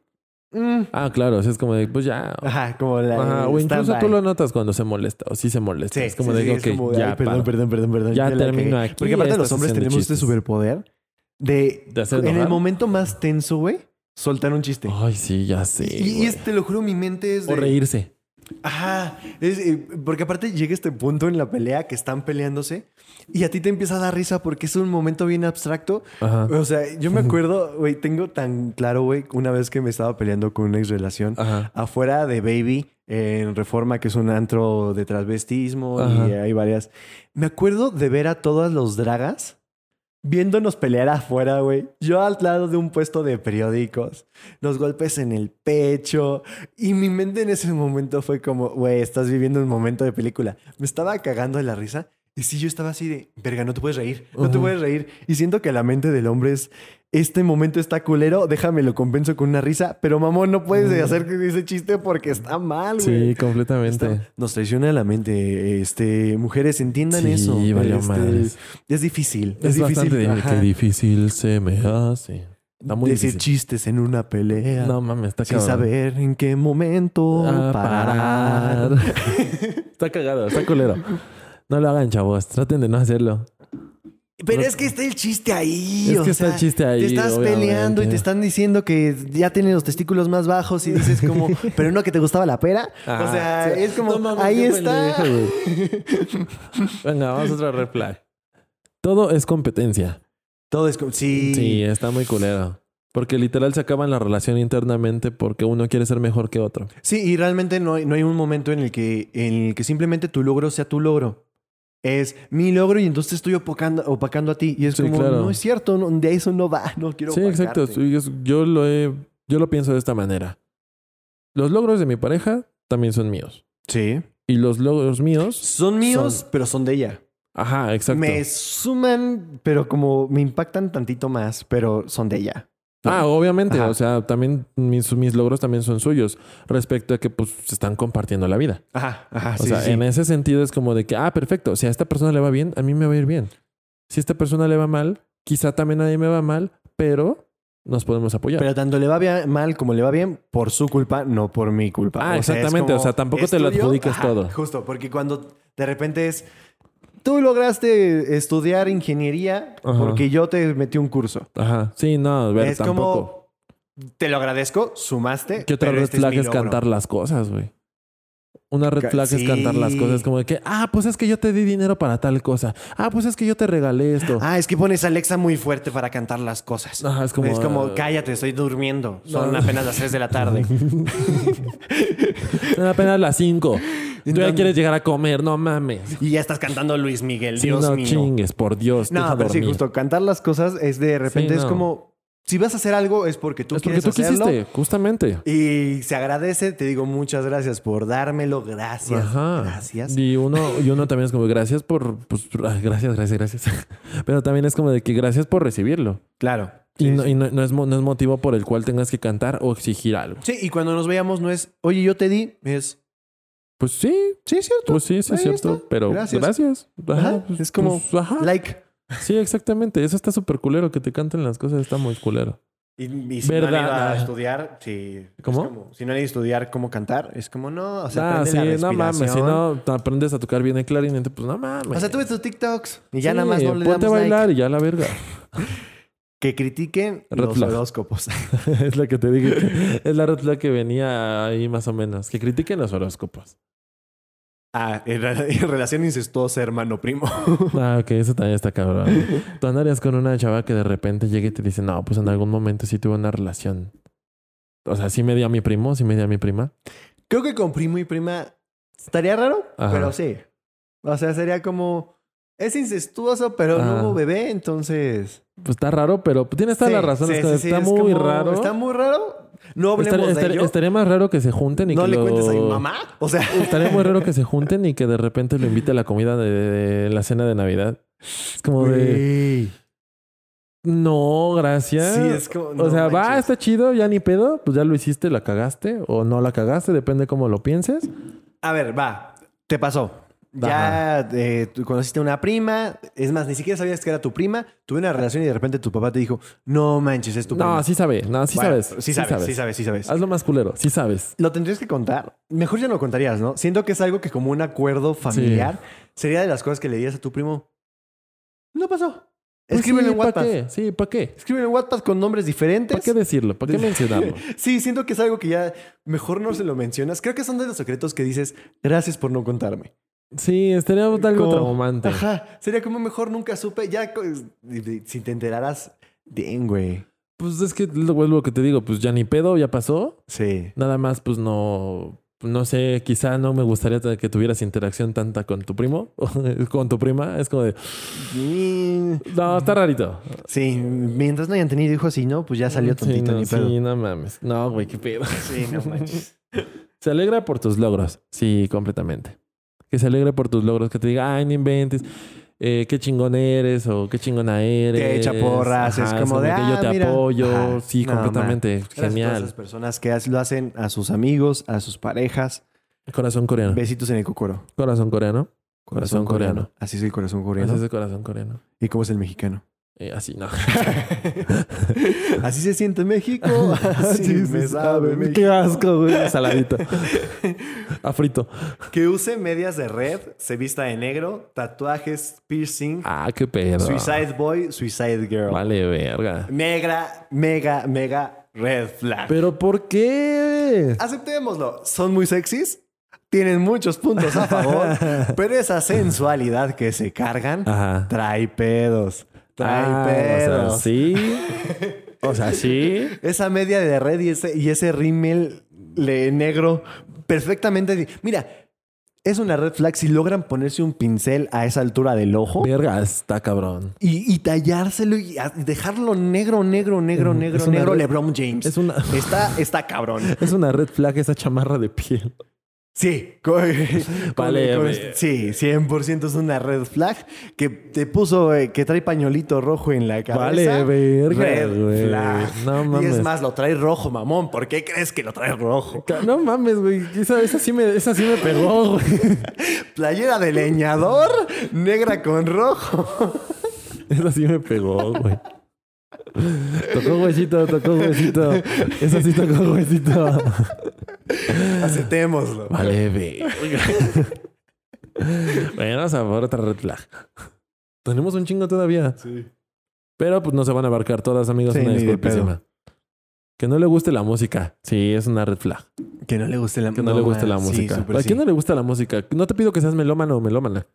mm,
Ah, claro. o sea, es como de, pues ya.
ajá, como la.
Ajá, o
el
incluso
stand-by.
tú lo notas cuando se molesta o sí se molesta.
Sí,
es como
sí,
de,
sí,
ok,
es como de,
ya,
"Ay, perdón,
paro".
perdón, perdón, perdón.
Ya
la cagué".
termino aquí
Porque aparte
esta
los hombres
sesión de
tenemos este
chistes.
superpoder de,
¿De hacer
en el
enojar?
momento más tenso, güey, soltar un chiste.
Ay, sí, ya sé.
y y
güey.
es- te lo juro, mi mente es de...
O reírse.
Ajá. Es, eh, porque aparte llega este punto en la pelea que están peleándose y a ti te empieza a dar risa porque es un momento bien abstracto.
Ajá.
O sea, yo me acuerdo, güey, tengo tan claro, güey, una vez que me estaba peleando con una ex relación
Ajá.
afuera de Baby en Reforma, que es un antro de transvestismo y
Ajá.
hay varias. Me acuerdo de ver a todas los dragas viéndonos pelear afuera, güey. Yo al lado de un puesto de periódicos, los golpes en el pecho y mi mente en ese momento fue como, güey, estás viviendo un momento de película. Me estaba cagando de la risa. Y si yo estaba así de, verga, no te puedes reír, no te
Ujú.
puedes reír. Y siento que la mente del hombre es, este momento está culero, déjame lo compenso con una risa, pero mamón, no puedes
Mm.
hacer ese chiste porque está mal, güey.
Sí, completamente.
Está- nos traiciona la mente. Este, mujeres, entiendan
Sí,
eso.
valió
Este,
madres.
Es difícil.
Es,
Es, difícil.
bastante difícil.
ajá,
Qué difícil se me hace. Está muy
decir
difícil.
chistes en una pelea.
No mames, está
sin
cagado.
saber en qué momento
Ah,
parar.
parar. está cagado, está culero. No lo hagan, chavos. Traten de no hacerlo.
Pero es que está el chiste ahí.
Es
o
que está
sea,
el chiste ahí,
Te estás
obviamente.
peleando y te están diciendo que ya tienen los testículos más bajos y dices como, pero no que te gustaba la pera. o sea, es como, ahí está.
Venga, vamos a otra red flag. Todo es competencia.
Todo es como, sí.
Sí, está muy culero. Porque literal se acaban la relación internamente porque uno quiere ser mejor que otro.
Sí, y realmente no hay, no hay un momento en el, que, en el que simplemente tu logro sea tu logro. Es mi logro y entonces estoy opacando, opacando a ti. Y es
Sí,
como,
claro.
no es cierto, no, de eso no va, no quiero
Sí, exacto.
opacarte.
Yo, yo lo he- yo lo pienso de esta manera. Los logros de mi pareja también son míos.
Sí.
Y los logros míos,
Son míos,
Son-
pero son de ella.
ajá, exacto.
Me suman, pero como me impactan tantito más, pero son de ella.
Ah, obviamente,
Ajá.
o sea, también mis, mis logros también son suyos respecto a que pues se están compartiendo la vida.
Ajá, ajá,
o sea, en ese sentido es como de que, ah, perfecto, si a esta persona le va bien, a mí me va a ir bien. Si a esta persona le va mal, quizá también a mí me va mal, pero nos podemos apoyar.
Pero tanto le va bien- mal como le va bien por su culpa, no por mi culpa.
Ah,
es
exactamente. O sea, tampoco
¿es
te lo
tuyo?
adjudiques
Ajá,
todo.
Justo, porque cuando de repente es, tú lograste estudiar ingeniería
Ajá.
porque yo te metí un curso.
Ajá. Sí, no, a ver,
es
tampoco.
como, te lo agradezco, sumaste.
¿Qué otra
pero
red
este
flag
mi
es
logro.
cantar las cosas, güey? Una red
Ca-
flag es cantar las
sí.
cosas como de que, ah, pues es que yo te di dinero para tal cosa. Ah, pues es que yo te regalé esto.
Ah, es que pones a Alexa muy fuerte para cantar las cosas.
Ajá, es como, ah.
cállate, estoy durmiendo. Son
No.
apenas las 3 de la tarde.
Son apenas las 5. Tú ya
Entonces-
quieres llegar a comer, no mames.
y ya estás cantando Luis Miguel,
Sí, no chingues, por Dios.
No,
deja
pero sí,
dormir.
justo cantar las cosas es de repente
Sí,
es
no.
como si vas a hacer algo es porque tú
es porque
quieres
tú
hacerlo
quisiste, justamente.
y se agradece, te digo muchas gracias por dármelo, gracias,
Ajá.
gracias.
Y uno, y uno también es como, gracias por. Pues, ah, gracias, gracias, gracias. Pero también es como de que gracias por recibirlo.
Claro.
y
Sí,
no,
sí.
y no- no es, mo- no es motivo por el cual tengas que cantar o exigir algo.
Sí, y cuando nos veamos no es, "Oye, yo te di", es,
Pues sí,
"Sí, es cierto."
pues sí, sí es
Ahí
cierto.
está.
Pero gracias.
Gracias.
Ajá,
Ajá,
pues-
es como
pues, ajá.
like
Sí, exactamente. Eso está súper culero. Que te canten las cosas está muy culero.
y, y si no
Verdad.
han ido a estudiar, sí. es
¿Cómo?
como, si no han ido a estudiar cómo cantar, es como no, o sea,
ah,
aprende
sí,
la
no mames. Si
respiración.
no te aprendes a tocar bien el clarinete, pues no mames.
O sea, tú ves tus TikToks y ya
Sí,
nada más no le
Ponte a
damos like.
bailar y ya la verga.
Que critiquen
Red
los
flag.
horóscopos.
es lo que te dije. Es la red flag que venía ahí más o menos. Que critiquen los horóscopos.
Ah, en, re- en relación incestuosa, hermano primo.
Ah, ok, eso también está cabrón. Tú andarías con una chava que de repente llega y te dice, no, pues en algún momento sí tuve una relación O sea, sí me di a mi primo, sí me di a mi prima.
Creo que con primo y prima estaría raro,
Ajá.
pero sí. O sea, sería como. Es incestuoso, pero
Ah.
no hubo bebé, entonces.
Pues está raro, pero tienes toda
Sí,
la razón.
sí,
está
sí, sí,
está
es
muy
como-
raro.
Está muy raro. No hablemos
Estaría-
de
estaría-
ello.
estaría más raro que se junten y
no
que
le
lo-
cuentes a mi mamá. O sea,
Estaría muy raro que se junten y que de repente lo invite a la comida de, de la cena de Navidad. Es como de...
Güey.
No, gracias.
Sí, es como-
o
no
sea, va,
manches.
está chido, ya ni pedo. Pues ya lo hiciste, la cagaste o no la cagaste, depende cómo lo pienses.
A ver, va. Te pasó. Ya eh, tú conociste una prima. Es más, ni siquiera sabías que era tu prima. Tuve una relación y de repente tu papá te dijo, no manches, es tu prima.
No, sí sabe. No, sí
Bueno,
sabes.
Sí sabes, sí sabes, sí sabes.
Hazlo más culero. Sí sabes.
Lo tendrías que contar. Mejor ya no lo contarías, ¿no? Siento que es algo que como un acuerdo familiar sería de las cosas que le dirías a tu primo. No pasó.
Pues
Escríbelo
sí,
en
¿pa'
WhatsApp.
qué? Sí, ¿para qué?
Escríbelo en WhatsApp con nombres diferentes.
¿Para qué decirlo? ¿Para qué mencionarlo?
Sí, siento que es algo que ya mejor no se lo mencionas. Creo que son de los secretos que dices, gracias por no contarme.
Sí, estaría algo
Como-
traumante.
Ajá. Sería como mejor nunca supe. Ya co- si te enteraras, den, güey.
Pues es que lo, es lo que te digo, pues ya ni pedo, ya pasó.
Sí.
Nada más, pues no, no sé, quizá no me gustaría t- que tuvieras interacción tanta con tu primo, con tu prima. Es como de,
Y-
no, está rarito.
Sí, mientras no hayan tenido hijos y no, pues ya salió tontito
sí, no,
ni pedo.
Sí, no mames. No, güey, qué pedo.
Sí, no manches.
Se alegra por tus logros. Sí, completamente. Que se alegre por tus logros, que te diga, ay, no inventes. eh, qué chingón eres o qué chingona eres.
Te echa porras,
Ajá,
es como de.
que yo
"Ah,
te
mira".
apoyo.
Ajá.
Sí,
No,
completamente.
man. Gracias a todas
Pues Genial.
esas personas que as- lo hacen a sus amigos, a sus parejas.
Corazón coreano.
Besitos en el cocoro.
Corazón coreano. Ah. Corazón coreano.
Así es el corazón coreano.
Ese es el corazón coreano.
¿Y cómo es el mexicano?
Eh, así, no.
Así se siente México. Así me sabe México.
Qué asco, güey. Saladito. A frito.
Que use medias de red, se vista de negro, tatuajes, piercing,
Ah, qué pedo.
suicide boy, suicide girl.
Vale, verga.
Negra, mega, mega red flag.
Pero ¿por qué?
Aceptémoslo, son muy sexys, tienen muchos puntos a favor, pero esa sensualidad que se cargan
Ajá.
trae pedos. Trae
Ah,
pedos.
O sea, sí. O sea, sí.
Esa media de red y ese, y ese rímel le- negro perfectamente. di- Mira, es una red flag si logran ponerse un pincel a esa altura del ojo
Verga, está cabrón.
y, y tallárselo y a- dejarlo negro, negro, negro,
Mm, es
negro,
una
negro.
red-
LeBron James.
es una-
Está, está cabrón.
Es una red flag esa chamarra de piel.
Sí, co-
Vale,
con- con-
güey.
sí, 100% es una red flag que te puso, eh, que trae pañolito rojo en la cabeza.
Vale, verga,
Red
güey.
flag.
No
Y
mames.
es más, lo trae rojo, mamón. ¿Por qué crees que lo trae rojo?
Ca- No mames, güey. Esa, esa sí me, esa sí me pegó, güey.
Playera de leñador, negra con rojo.
Esa sí me pegó, güey. Tocó huesito, tocó huesito. Esa sí tocó huesito.
Aceptémoslo.
Vale, ve. bueno, vamos a ver otra red flag. Tenemos un chingo todavía.
Sí.
Pero pues no se van a abarcar todas, amigos.
Sí,
una
ni de
disculpa
pedo.
encima. Que no le guste la música. Sí, es una red flag.
Que no le guste la
Que no, le guste la
man, sí,
música.
súper
¿A
sí.
quién no le gusta la música? No te pido que seas melómano o melómana.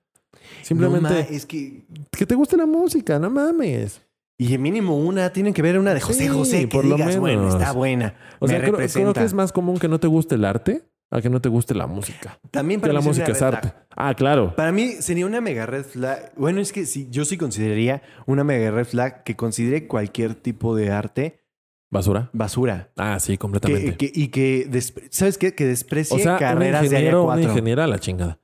Simplemente
No, ma, es que.
que te guste la música, no mames.
Y mínimo una, tienen que ver una de José
Sí,
José, que
por lo
digas, bueno,
menos.
está buena.
O sea, creo,
me
creo
representa.
que es más común que no te guste el arte a que no te guste la música.
También
Que
para
la
mí una
música es
red
arte.
flag.
Ah, claro.
Para mí sería una mega red flag. Bueno, es que sí, yo sí consideraría una mega red flag que considere cualquier tipo de arte
Basura.
basura.
Ah, sí, completamente.
Que, que- y que, despre- ¿sabes qué? Que desprecie
o sea,
carreras
un
de área
ingeniero, una
4.
ingeniera a la chingada.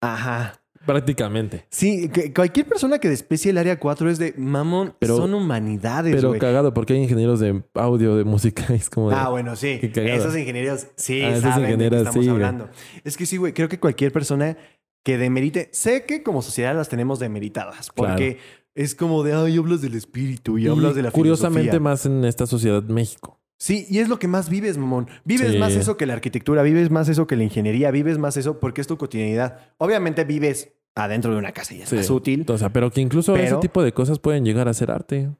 Ajá.
Prácticamente.
Sí, que cualquier persona que desprecie el área 4 es de mamón,
Pero-
son humanidades,
Pero
güey.
cagado, porque hay ingenieros de audio, de música. Es como de,
Ah, bueno, sí.
Qué cagada.
Esos ingenieros sí
Ah, esos
saben de qué
ingenieros
estamos
sí, güey.
hablando. Es que sí, güey, creo que cualquier persona que demerite, sé que como sociedad las tenemos demeritadas,
Claro.
porque es como de, ay, hablas del espíritu y,
Y
hablas de la
curiosamente
filosofía".
más en esta sociedad México.
Sí, y es lo que más vives, mamón. Vives
Sí.
más eso que la arquitectura, vives más eso que la ingeniería, vives más eso porque es tu cotidianidad. Obviamente vives adentro de una casa y es
Sí.
más útil.
O sea, pero que incluso
Pero-
ese tipo tipo de cosas pueden llegar a ser arte.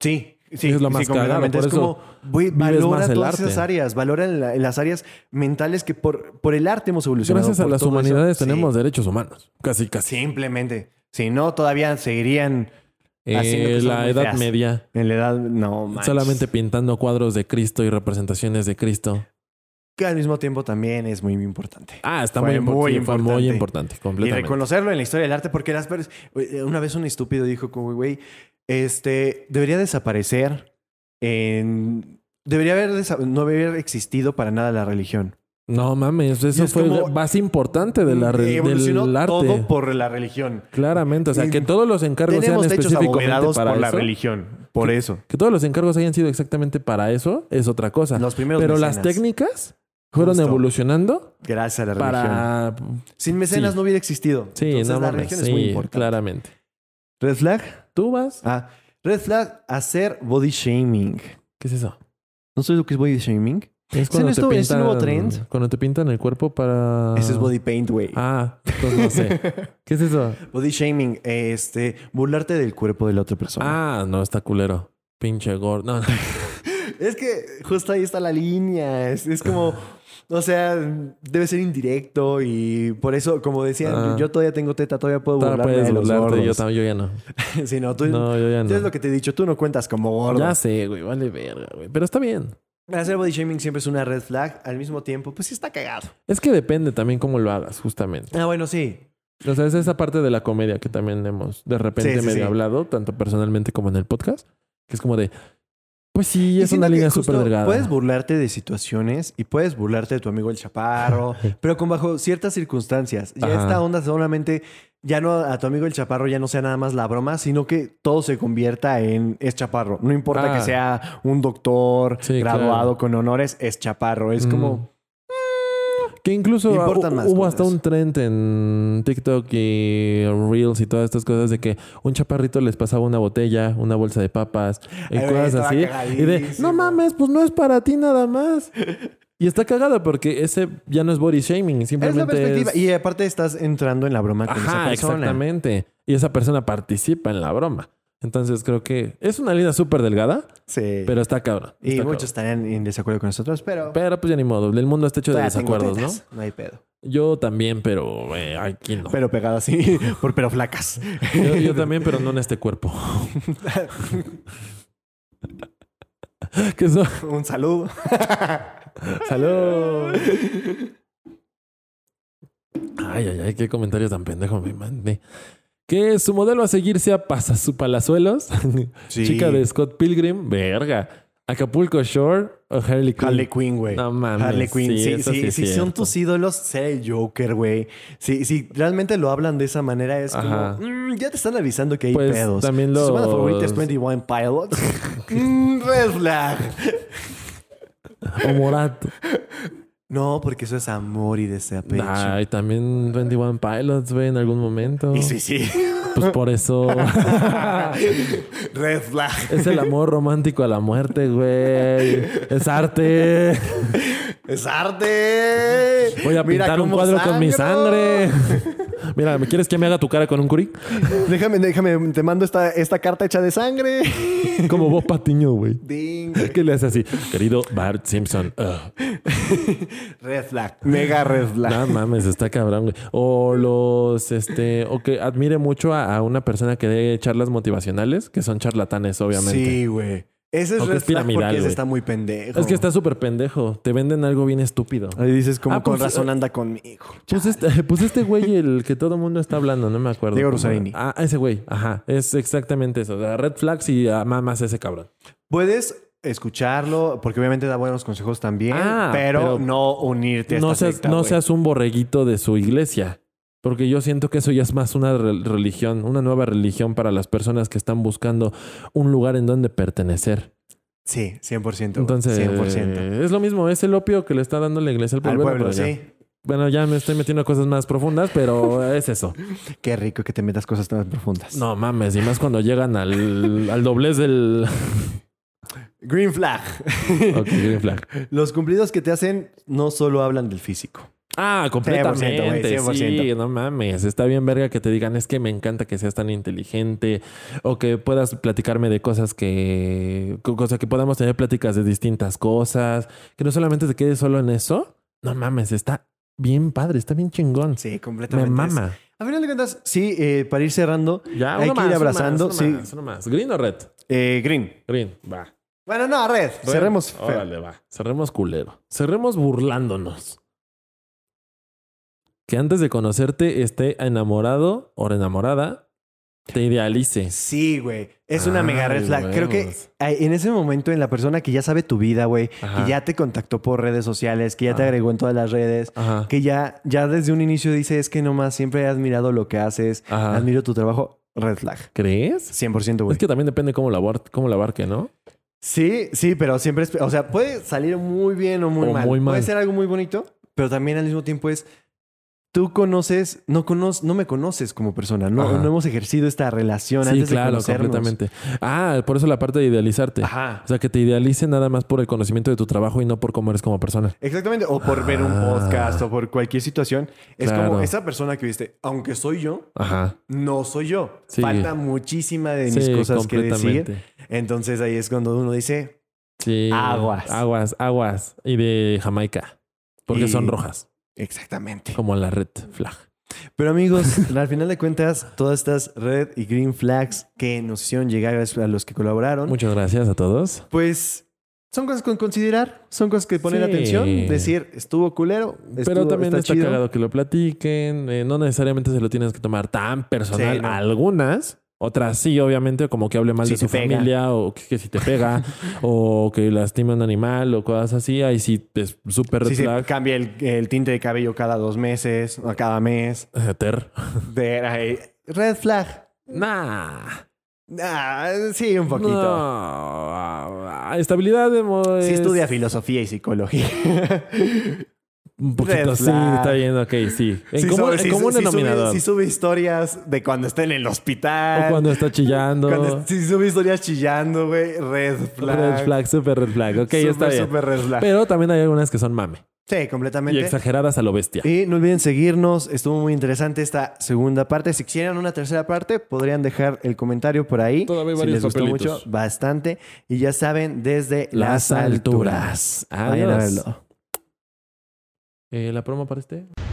Sí, sí,
Es lo
sí,
más cagado,
completamente.
por
es
eso
como, güey,
vives
valora
más el
todas
arte.
esas áreas, valora la- las áreas mentales que por, por el arte hemos evolucionado.
Gracias a
por
las
todo eso.
humanidades
Sí,
tenemos derechos humanos. Casi, casi.
simplemente. Si no, todavía seguirían Haciendo
eh,
cosas
la
muy
Edad
feas.
Media,
En la edad, no, manches.
solamente pintando cuadros de Cristo y representaciones de Cristo.
Que al mismo tiempo también es muy importante.
Ah, está
Fue
muy, impor-
muy
sí, fue muy
importante.
importante,
Y
completamente.
reconocerlo en la historia del arte, porque las pers- una vez un estúpido dijo como, güey, este, debería desaparecer en... Debería haber, desa- no debería haber existido para nada la religión.
No mames, eso
Y es
fue
como-
más importante de la re-
Mm, Evolucionó
del arte.
todo por la religión.
Claramente, o sea, que todos los encargos sean
Tenemos techos
específicamente
abovedados
para
por la
eso.
religión. Por eso.
Que todos los encargos hayan sido exactamente para eso es otra cosa.
Los primeros
Pero las
mecenas.
técnicas fueron
Justo.
evolucionando
Gracias a la religión.
para...
Sin mecenas
Sí.
no hubiera existido.
Sí,
Entonces,
no
la
mames,
religión
sí,
es muy importante.
claramente.
¿Red flag?
¿Tú vas?
Ah, red flag, hacer body shaming.
¿Qué es eso?
¿No sabes lo que es body shaming?
Es
¿Sí no estuvo- es un nuevo trend?
Cuando te pintan el cuerpo para...
Ese es body paint, güey.
Ah, entonces no sé. ¿Qué es eso?
Body shaming, este, burlarte del cuerpo de la otra persona.
Ah, no, está culero. Pinche gordo. No, no.
Es que justo ahí está la línea. Es, es como, o sea, debe ser indirecto y por eso, como decían,
Ah.
yo todavía tengo teta, todavía puedo
Ahora
burlarme
puedes
de los
burlarte, yo,
gordos.
tam- yo ya no.
Sí, no, tú,
No, yo ya
tú es
no.
lo que te he dicho, tú no cuentas como gordo.
Ya sé, güey, vale verga, güey. Pero está bien.
Hacer body shaming siempre es una red flag. Al mismo tiempo, pues sí está cagado.
Es que depende también cómo lo hagas, justamente.
Ah, bueno, sí.
O sea, es esa parte de la comedia que también hemos de repente
Sí, sí,
medio
sí.
hablado, tanto personalmente como en el podcast, que es como de, pues sí, es
siento
una
que
línea
justo
súper delgada.
Puedes burlarte de situaciones y puedes burlarte de tu amigo el chaparro, pero con bajo ciertas circunstancias. Ya
Ajá.
esta onda solamente, ya no a tu amigo el chaparro ya no sea nada más la broma, sino que todo se convierta en es chaparro. No importa
Ah.
que sea un doctor
Sí,
graduado
claro. Mm,
con honores, es chaparro. Es como
Que incluso ah,
Mm. Importan
hu-
más
hubo hasta
cosas.
un trend en TikTok y Reels y todas estas cosas de que un chaparrito les pasaba una botella, una bolsa de papas y
Ay, güey,
cosas
estaba
así. Y de,
cagadísimo.
no mames, pues no es para ti nada más. Y está cagada porque ese ya no es body shaming,
es la
simplemente
perspectiva.
es-
Y aparte estás entrando en la broma con esa
Ajá,
persona.
exactamente. Y esa persona participa en la broma. Entonces creo que es una línea súper delgada,
Sí.
pero está cabrón.
y
está
muchos estarían en desacuerdo con nosotros, pero.
cabrón. Pero pues ya ni modo, el mundo está hecho de
todavía tengo
desacuerdos, ¿no?
tetas, No hay pedo.
Yo también, pero eh, ay, ¿quién no?
Pero pegado así, por pero flacas.
Yo, yo también, pero no en este cuerpo. que eso-
Un saludo.
Salud. Ay, ay, ay, qué comentario tan pendejo me mandé. Que su modelo a seguir sea Pasa su Palazuelos,
Sí.
chica de Scott Pilgrim, verga. Acapulco Shore o Harley Quinn.
Harley Quinn, güey.
No mames,
Harley Quinn.
sí,
Sí, sí,
eso sí es
si son
cierto.
tus ídolos, sé el Joker, güey. Si, si realmente lo hablan de esa manera, es
Ajá.
como... "Mm, ya te están avisando que hay
Pues,
pedos.
también
Su banda
los-
favorita es 21 Pilots. Mm, red flag.
O Morat.
No, porque eso es amor y desapecho.
Ay, también 21 Pilots, güey, en algún momento.
Y sí, sí.
Pues por eso
Red flag.
es el amor romántico a la muerte, güey. Es arte.
Es arte.
Voy a
Mira
pintar un
cómo
cuadro con mi
sangro.
sangre. Mira, ¿me quieres que me haga tu cara con un curi?
Déjame, déjame. Te mando esta, esta carta hecha de sangre.
Como vos patiño, güey.
Ding.
¿Qué le hace así? Querido Bart Simpson. Ugh.
Red flag. Mega red flag.
No mames, está cabrón, güey. O los, este, o que admire mucho a, a una persona que dé charlas motivacionales, que son charlatanes, obviamente.
Sí, güey. Ese es
Aunque
red
es
flag
piramidal,
porque ese
güey.
está muy pendejo.
Es que está súper pendejo. Te venden algo bien estúpido.
Ahí dices como
Ah,
con
pues,
razón anda conmigo.
Pues este, pues este güey, el que todo el mundo está hablando, no me acuerdo.
Diego
cómo era.
Rusarini.
Ah, ese güey. Ajá. Es exactamente eso. O sea, red flags y ah, mamas ese cabrón.
Puedes escucharlo porque obviamente da buenos consejos también,
Ah,
pero,
pero
no unirte a
no
esta
seas,
secta,
no
güey.
seas un borreguito de su iglesia. Porque yo siento que eso ya es más una re- religión, una nueva religión para las personas que están buscando un lugar en donde pertenecer.
Sí, 100%.
Entonces,
Entonces, 100%.
es lo mismo, es el opio que le está dando la iglesia al
Al
pueblo.
pueblo,
pero ya-
sí.
Bueno, ya me estoy metiendo a cosas más profundas, pero es eso.
Qué rico que te metas cosas tan profundas.
No mames, y más cuando llegan al, al doblez del...
Green flag.
Ok, green flag.
Los cumplidos que te hacen no solo hablan del físico.
Ah,
100%, güey,
completamente.
100%.
Sí, no mames. Está bien verga que te digan, es que me encanta que seas tan inteligente o que puedas platicarme de cosas que... co- O sea, que podamos tener pláticas de distintas cosas. Que no solamente te quedes solo en eso. No mames, está bien padre, está bien chingón.
Sí,
Me
completamente.
mama.
A final de cuentas, sí, eh, para ir cerrando,
Ya,
hay
uno
que
más, uno
ir abrazando.
más,
sí.
uno más, uno más. ¿Green o red?
Eh, Green.
Green, va.
Bueno, no, red.
Red.
Cerremos. Fer.
Órale, va. Cerremos culero. Cerremos burlándonos. Que antes de conocerte esté enamorado o enamorada, te idealices.
Sí, güey. Es una mega
Ay,
red flag. Creo que
huevos.
ay, en ese momento, en la persona que ya sabe tu vida, güey,
Ajá.
que ya te contactó por redes sociales, que ya te
Ajá.
agregó en todas las redes,
Ajá.
que ya, ya desde un inicio dice es que nomás siempre he admirado lo que haces,
Ajá.
admiro tu trabajo, red flag.
¿Crees?
100%, güey.
Es que también depende cómo la, abor- cómo la abarque, ¿no?
Sí, sí, pero siempre es. O sea, puede salir muy bien o muy,
O
mal.
muy mal.
Puede ser algo muy bonito, pero también al mismo tiempo es. Tú conoces, no conoces, no me conoces como persona. No,
Ajá.
no hemos ejercido esta relación
Sí,
antes de
claro,
conocernos.
completamente. Ah, por eso la parte de idealizarte.
Ajá.
O sea, que te idealice nada más por el conocimiento de tu trabajo y no por cómo eres como persona.
Exactamente. O por ver un
Ah.
podcast o por cualquier situación. Es
Claro.
como esa persona que viste, aunque soy yo,
Ajá.
no soy yo.
Sí.
Falta muchísima de mis
Sí,
cosas que decir.
completamente.
Entonces ahí es cuando uno dice,
Sí.
Aguas.
Aguas, aguas. Y de Jamaica. Porque
Y-
son rojas,
exactamente.
como la red flag.
Pero amigos, al final de cuentas, todas estas red y green flags que nos hicieron llegar a los que colaboraron,
Muchas gracias a todos.
pues son cosas con considerar, son cosas que poner
Sí.
atención, decir, estuvo culero,
Pero
estuvo-
también está,
chido.
cagado que lo platiquen. eh, no necesariamente se lo tienes que tomar tan personal.
Sí, no.
Algunas. Otras sí, obviamente, como que hable mal
Si
de su
te pega.
familia o que, que si te pega o que lastima a un animal o cosas así. Ahí sí es súper red
Sí, sí,
flag.
cambia el, el tinte de cabello cada dos meses o cada mes.
Eh, Ter.
De, ay, red flag.
Nah.
Ah, sí, un poquito.
No. Ah, Estabilidad pues. de
Sí estudia filosofía y psicología.
Un poquito
Red
sí,
flag.
está bien, ok, sí. En
Sí
común,
sube-
en
sí-
común
sí sube-
denominador.
sí sube historias de cuando está en el hospital.
o cuando está chillando.
Cuando si sube historias chillando, güey, red flag.
Red flag, super red flag. Ok,
Súper,
está bien.
súper red flag.
Pero también hay algunas que son mame
Sí,
y
completamente.
exageradas a lo bestia.
Y no olviden seguirnos, estuvo muy interesante esta segunda parte. Si quisieran una tercera parte, podrían dejar el comentario por ahí.
Todavía hay
si
varios
les gustó
papelitos.
mucho, bastante. Y ya saben, desde las, alturas.
Adiós.
Vayan a verlo.
Eh, la promo para este.